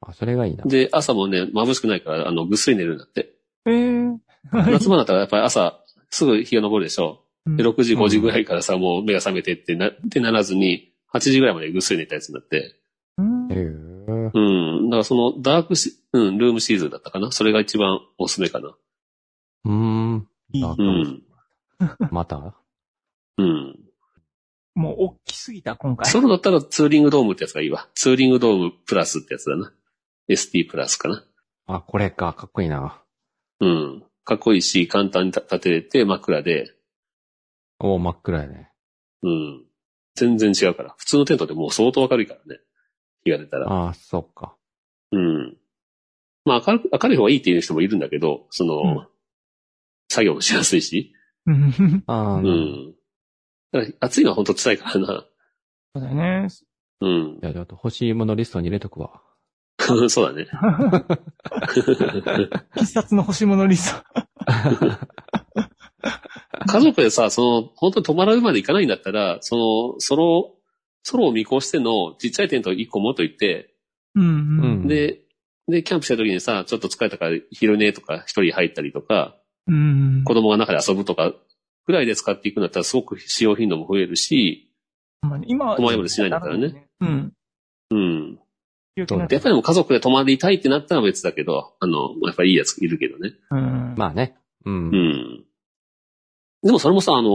あ、それがいいな。で、朝もね、眩しくないから、あの、ぐっすり寝るんだって。えー夏場だったらやっぱり朝、すぐ日が昇るでしょ。で、6時、うん5時ぐらいからさ、もう目が覚めてってな、ってならずに、8時ぐらいまでぐっすり寝たやつになって。うんへーうん。だからその、ダークシ、うん、ルームシーズンだったかな。それが一番おすすめかな。うん。いいあうん。またうん。もう大きすぎた、今回。ソロだったらツーリングドームってやつがいいわ。ツーリングドームプラスってやつだな。ST プラスかな。あ、これか。かっこいいな。うん。かっこいいし、簡単に立てれて枕で、お真っ暗やね。うん。全然違うから。普通のテントでもう相当明るいからね。日が出たら。ああ、そっか。うん。まあ明るく、明るい方がいいっていう人もいるんだけど、その、うん作業もしやすいし。うんそああ、うなるほどん。だから暑いのは本当辛いからな。うだよ ね。うんじ。ゃあちょっと欲しいものリストに入れとくわ。そうだね。必殺の欲しいものリスト。家族でさ、その、本当に泊まるまで行かないんだったら、その、ソロ、ソロを見越してのちっちゃいテントを1個持っといて、うんうんで、で、キャンプした時にさ、ちょっと疲れたから昼寝とか一人入ったりとか、うん。うん子供が中で遊ぶとか、ぐらいで使っていくんだったらすごく使用頻度も増えるし、まあ今は泊まりまでしないんだったらね。うん。うん。よくなっでやてっぱりでも家族で泊まりたいってなったら別だけど、あの、やっぱいいやついるけどね。うん。まあね。ううん。ん。でもそれもさ、あの、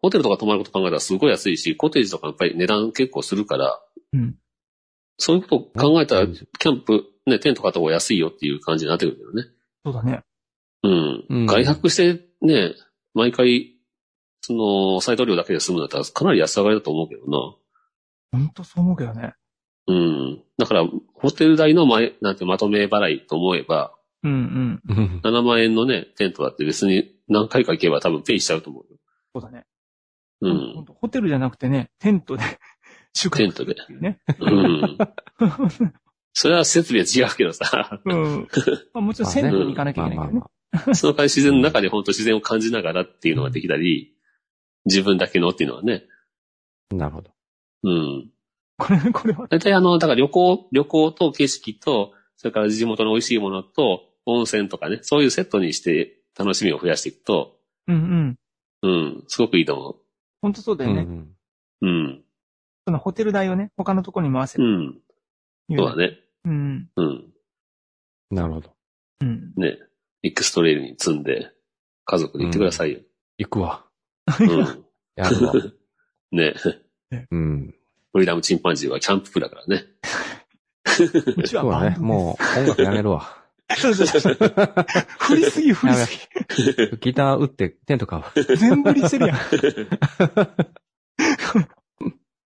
ホテルとか泊まること考えたらすごい安いし、コテージとかやっぱり値段結構するから、うんそういうことを考えたら、うんキャンプ、ね、テント買った方が安いよっていう感じになってくるけどね。そうだね。うん。うん外泊してね、毎回、その、サイト料だけで済むんだったらかなり安上がりだと思うけどな。ほんとそう思うけどね。うん。だから、ホテル代の前、なんてまとめ払いと思えば、うんうん。うん7万円のね、テントだって別に何回か行けば多分ペイしちゃうと思うよ。そうだね。うほんと。ホテルじゃなくてね、テン トで宿テ泊ントで。っていうね。うん。それは設備は違うけど さ、 うん。まあもちろん銭湯に行かなきゃいけないけどねま。その代わり自然の中で本当自然を感じながらっていうのができたり、自分だけのっていうのはね。あなるほど。うん。これ、これは。大体あの、だから旅行、旅行と景色と、それから地元の美味しいものと、温泉とかね、そういうセットにして楽しみを増やしていくと、うんうん。うん、すごくいいと思ほんとそうだよね。うんう。うん。そのホテル代をね、他のところに回せうる。ん。そうだね。うん。うん。なるほど。うん。ね、ビッグストレイルに積んで、家族で行ってくださいよ。行 くわ。うん。 やるわ。ね、うん。フリーダムチンパンジーはキャンプ部だからね。うちはそうバンだね。ドですもう音楽やめるわ。ちょちょちょち ょ振りすぎ、振りすギター打ってテント買う。ぎ。全振りしてるやん。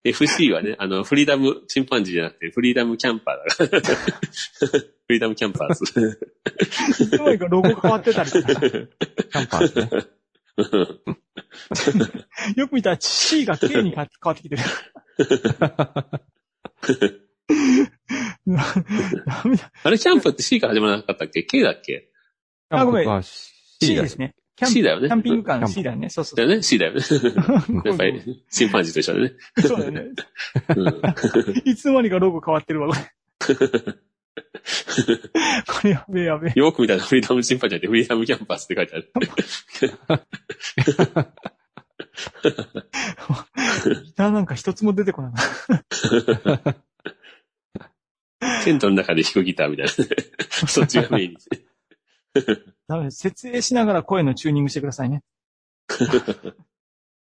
FC はね、あの、フリーダムチンパンジーじゃなくて、フリーダムキャンパーだから。 フリーダムキャンパーズ。 いつもよりかロゴ変わってたりとか キャンパーです ね。よく見たら C が K に変わっ てきてる。ダメだ。あれ、キャンプって C から始まらなかったっけ ?K だっけキャンごプめんは C C だでし。すね。キャン ?C だよキね。ャンピングカーのキャ C ンだよね。そうそだう。よね ?C だよね。やっぱそうり、チンパンジーと一緒だね。そうだよね。うんいつの間にかロゴ変わってるわ、これ。 これやべえやべえ。よく見たらフリーダムチンパンジーってフリーダムキャンパスって書いてある。ギターなんか一つも出てこない。テントの中で弾くギターみたいな。 そっちがメイン。ダメです。設営しながら声のチューニングしてくださいね。キ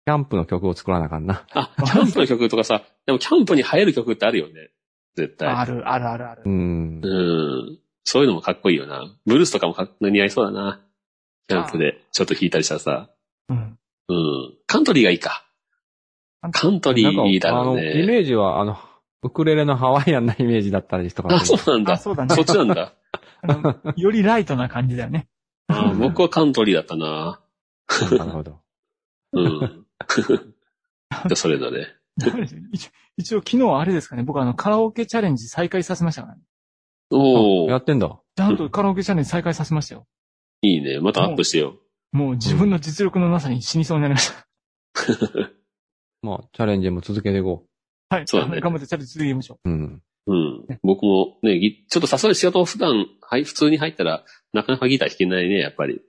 ャンプの曲を作らなあかんな。あ、キャンプの曲とかさ、でもキャンプに映える曲ってあるよね。絶あ対。る、ある、ある、あるう。んう。ん。そういうのもかっこいいよな。ブルースとかもかっ似合いそうだな。キャンプでちょっと弾いたりしたらさ。うん。うん。カントリーがいいか。カントリなんか、ーいいだあろうの、イね。メージは、あの、ウクレレのハワイアンなイメージだったりとか。あ、そうなんあ、だ。そうだねそっ。ちなん だ。あのよりライトな感じだよね。あ僕はカントリーだったな。なるほど。 うん。じゃそれだね。ダメですよ 一一応昨日はあれですかね、僕あのカラオケチャレンジ再開させましたからね。おあやーってんだ。ちゃんとカラオケチャレンジ再開させましたよ。いいね。またアップしてよ。もう自分の実力のなさに死にそうになりました。まあ、チャレンジも続けていこはい。 そうだね頑張ってチャレンジ続けましょう。うん。うん。僕もね、ぎちょっとさすがに仕事を普段、はい、普通に入ったら、なかなかギター弾けないね、やっぱり。う。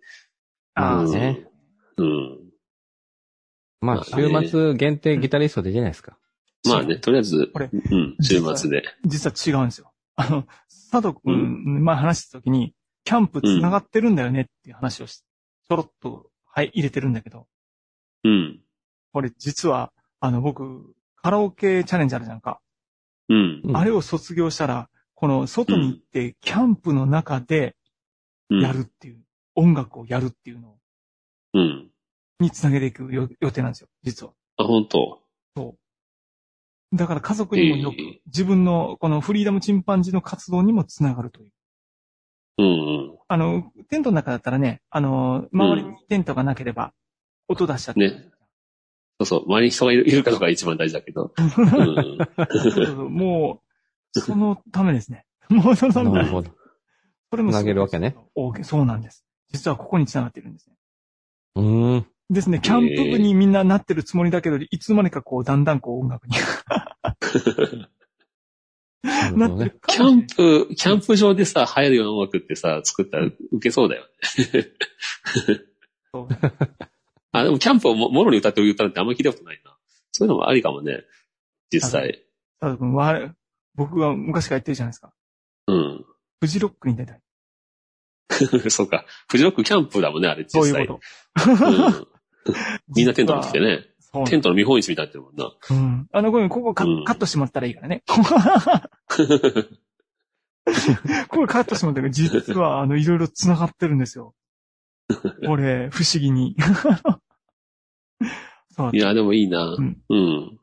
あまああうんー、ね。うん。まあ、週末限定ギタリストでいいじゃないですか。まあね、とりあえず、これうん、週末で。実は違うんですよ。あの、佐藤くん、前話した時に、キャンプ繋がってるんだよねっていう話をし、ちょろっと、はい、入れてるんだけど、うん。これ実は、あの、僕、カラオケチャレンジあるじゃんか。うん。うんあれを卒業したら、この外に行って、キャンプの中でうん。やるっていう、音楽をやるっていうのうん。につなげていくよ予定なんですよ、実は。あ、本当だから家族にもよくええ、自分のこのフリーダムチンパンジーの活動にもつながるという。うんうん。あの、テントの中だったらね、あの、周りにテントがなければ、音出しちゃって。ねそうそう、周りに人がいるいるかどうかが一番大事だけ ど。うん。そうそうそうもう、そのためですね。 もうそのためなでるす。ほど。それもすごいつなげるわけね。 OK そうなんです。実はここに繋がってるんですね。うーん。ですね、キャンプ部にみんななってるつもりだけど、いつの間にかこう、だんだんこう音楽になるなほっどてねる。キかもャしれなンい。プ、キャンプ場でさ、流行るような音楽ってさ、作ったらウケそうだよね。そう あ、でもキャンプをももろに歌って歌うってあんまり聞いたことないな。そういうのもありかもね。実際。佐藤君わ僕が昔から言ってるじゃないですか。うん。 フジロックに出たい。そうか。フジロックキャンプだもんね、あれそ実う際。いうこと。うんみんなテント持ってきて ね。そうなんテントの見本市みたいになってる もんな。うん。あの、ごめん、ここカ,、うんカットしてもらったらいいからね。ここカットしてもらったけど、実は、あの、いろいろ繋がってるん ですよ。これ、不思議に。 そうい、や、でもいいな。ううんん。うん。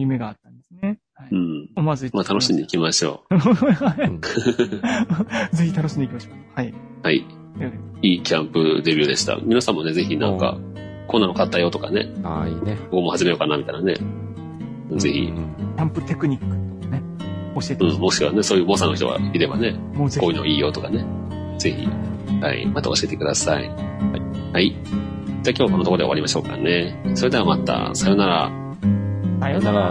夢があったんですね。はい。思わずまあ、楽しんでいきましょはうんい ぜひ楽しんでいきましょう。はい。う。はい。というわけでいいキャンプデビューでした。皆さんもね、ぜひなんか、こんなの買ったよとかね、ああ、いいね。ここも始めようかなみたいなね。ぜひう、んキャンプテクニックとかね、教えてうん、ほしい。もしくはね、そういう猛者の人がいればね、もうぜこうひいう。のいいよとかね、ぜひ、はい、また教えてください。はい。じゃあ今日はこのところで終わりましょうかね。それではまた、さよなら。さよさうなよなら。ら。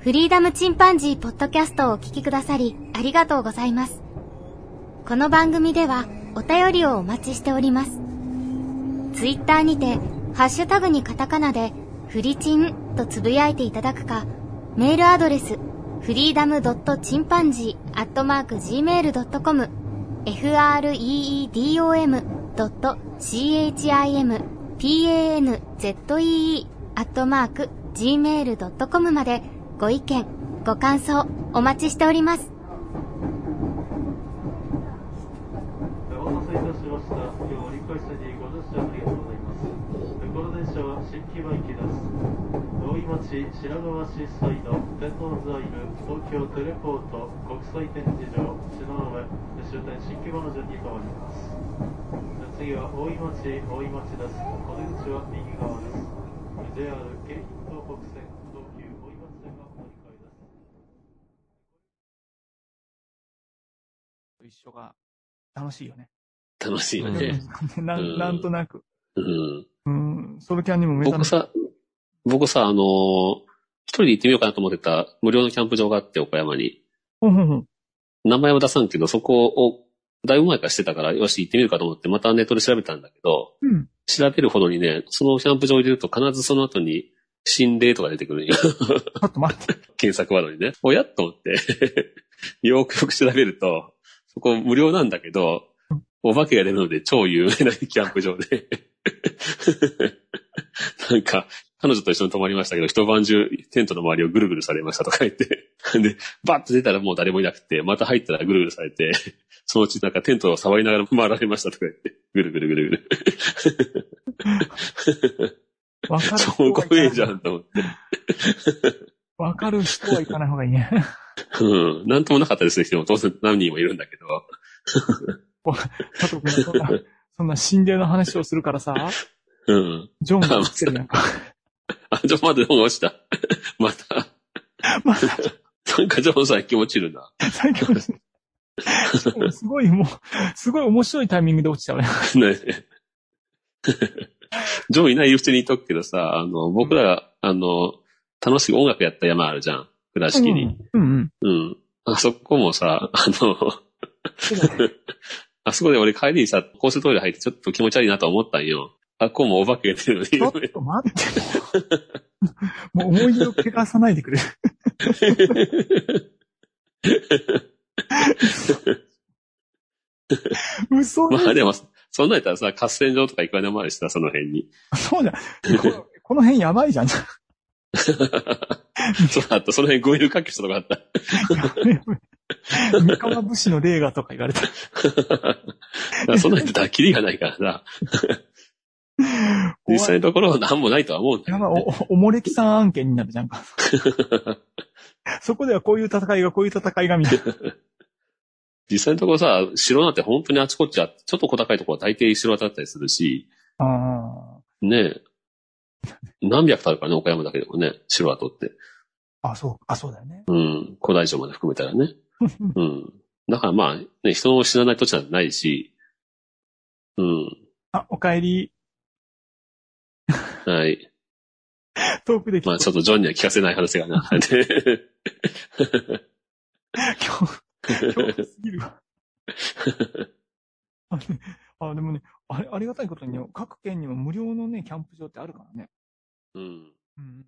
フリーダムチンパンジーポッドキャストをお聞きくださりありがとうございます。この番組ではお便りをお待ちしております。ツイッターにて、ハッハッシュタグにカタカナで、フリチンとつぶやいていただくか、メールアドレス、フリーダムドットチンパンジーアットマーク Gmail.com、freedom ドット chimpanzee アットマーク Gmail.com まで、ご意見、ご感想、お待ちしております。お待たせいたしました。今日折り返しにご乗車ありがとうございます。この電車は新木場行きです。大井町白川市西の天王座イル東京テレポート国際展示場篠上終点新木場の順に変わります。次は大井町大井町です。お出口は右側です。JR 京浜東北線東急大井町線がお乗り換えです。一緒が楽しいよね。楽しいよね。 なうんなんとなく。うん。うん、ソロキャンにも目覚め僕さ、僕さ、あのー一人で行ってみようかなと思ってた無料のキャンプ場があって、岡山に。うんうんうん。名前は出さんけど、そこを、だいぶ前からしてたから、よし、行ってみるかと思って、またネットで調べたんだけど、うん調べるほどにね、そのキャンプ場を入れると必ずその後に、心霊とか出てくるんよ。ちょっと待って。検索ワードにね。おやっと思って、 よーくよく調べると、そこ無料なんだけど、お化けが出るので超有名なキャンプ場で。 なんか、彼女と一緒に泊まりましたけど、一晩中テントの周りをぐるぐるされましたとか言って。で、バッと出たらもう誰もいなくて、また入ったらぐるぐるされて、そのうちなんかテントを触りながら回られましたとか言って、ぐるぐるぐるぐる。わか 超る人は行か怖ないいじゃんと思って。わかる人は行かない方がいいね。うん。なんともなかったですね、人も。当然何人もいるんだけど。加藤君そんな、そんな心霊の話をするからさ、うん。ジョンが落ちてるやんか。あ、ジョンまで本が落ちた。 また。また なんかジョンさん気持ちるな。 最強ですね。しかもすごいもう、すごい面白いタイミングで落ちたわね。ね ジョンいない普通に言っとくけどさ、あの、僕らが、あの、楽しく音楽やった山あるじゃん。倉敷に。うんうん。うん、あそこもさ、あの、 あそこで俺帰りにさ、高速トイレ入ってちょっと気持ち悪いなと思ったんよ。あ、こうもお化けが出るちょのっに。と待って。もう思い出を汚さないでくれ。嘘まあでも、そんなんやったらさ、合戦場とかいくらでもあるしさ、その辺に。そうじゃん。ここの辺やばいじゃん。やそうだった。その辺ゴイルかけしたとかあった。べやべ三河武士の霊がとか言われた。だから そんなん言ってたらキリがないから さ、実際のところは何もないとは思うんだやけばど、い、おね。お、おもれきさん案件になるじ ゃんか。そこではこういう戦いが、こういう戦いが、みたいな。実際のところさ、城なんて本当にあちこちあって、ちょっと小高いところは大抵城だったりするし、あねえ。何百とあるからね、岡山だけでもね、城跡って。ーあ、そう、あ、そうだよね。うん、古代城まで含めたらね。うん。だからまあ、ね、人の知らない土地なんてないし、うん。あ、 お帰り、はい。トークできたまあちょっとジョンには聞かせない話が な。で今日、今日すぎるわ。 あねあ、でもね、あれ、ありがたいことにね、各県にも無料のね、キャンプ場ってあるからね。うん。うん。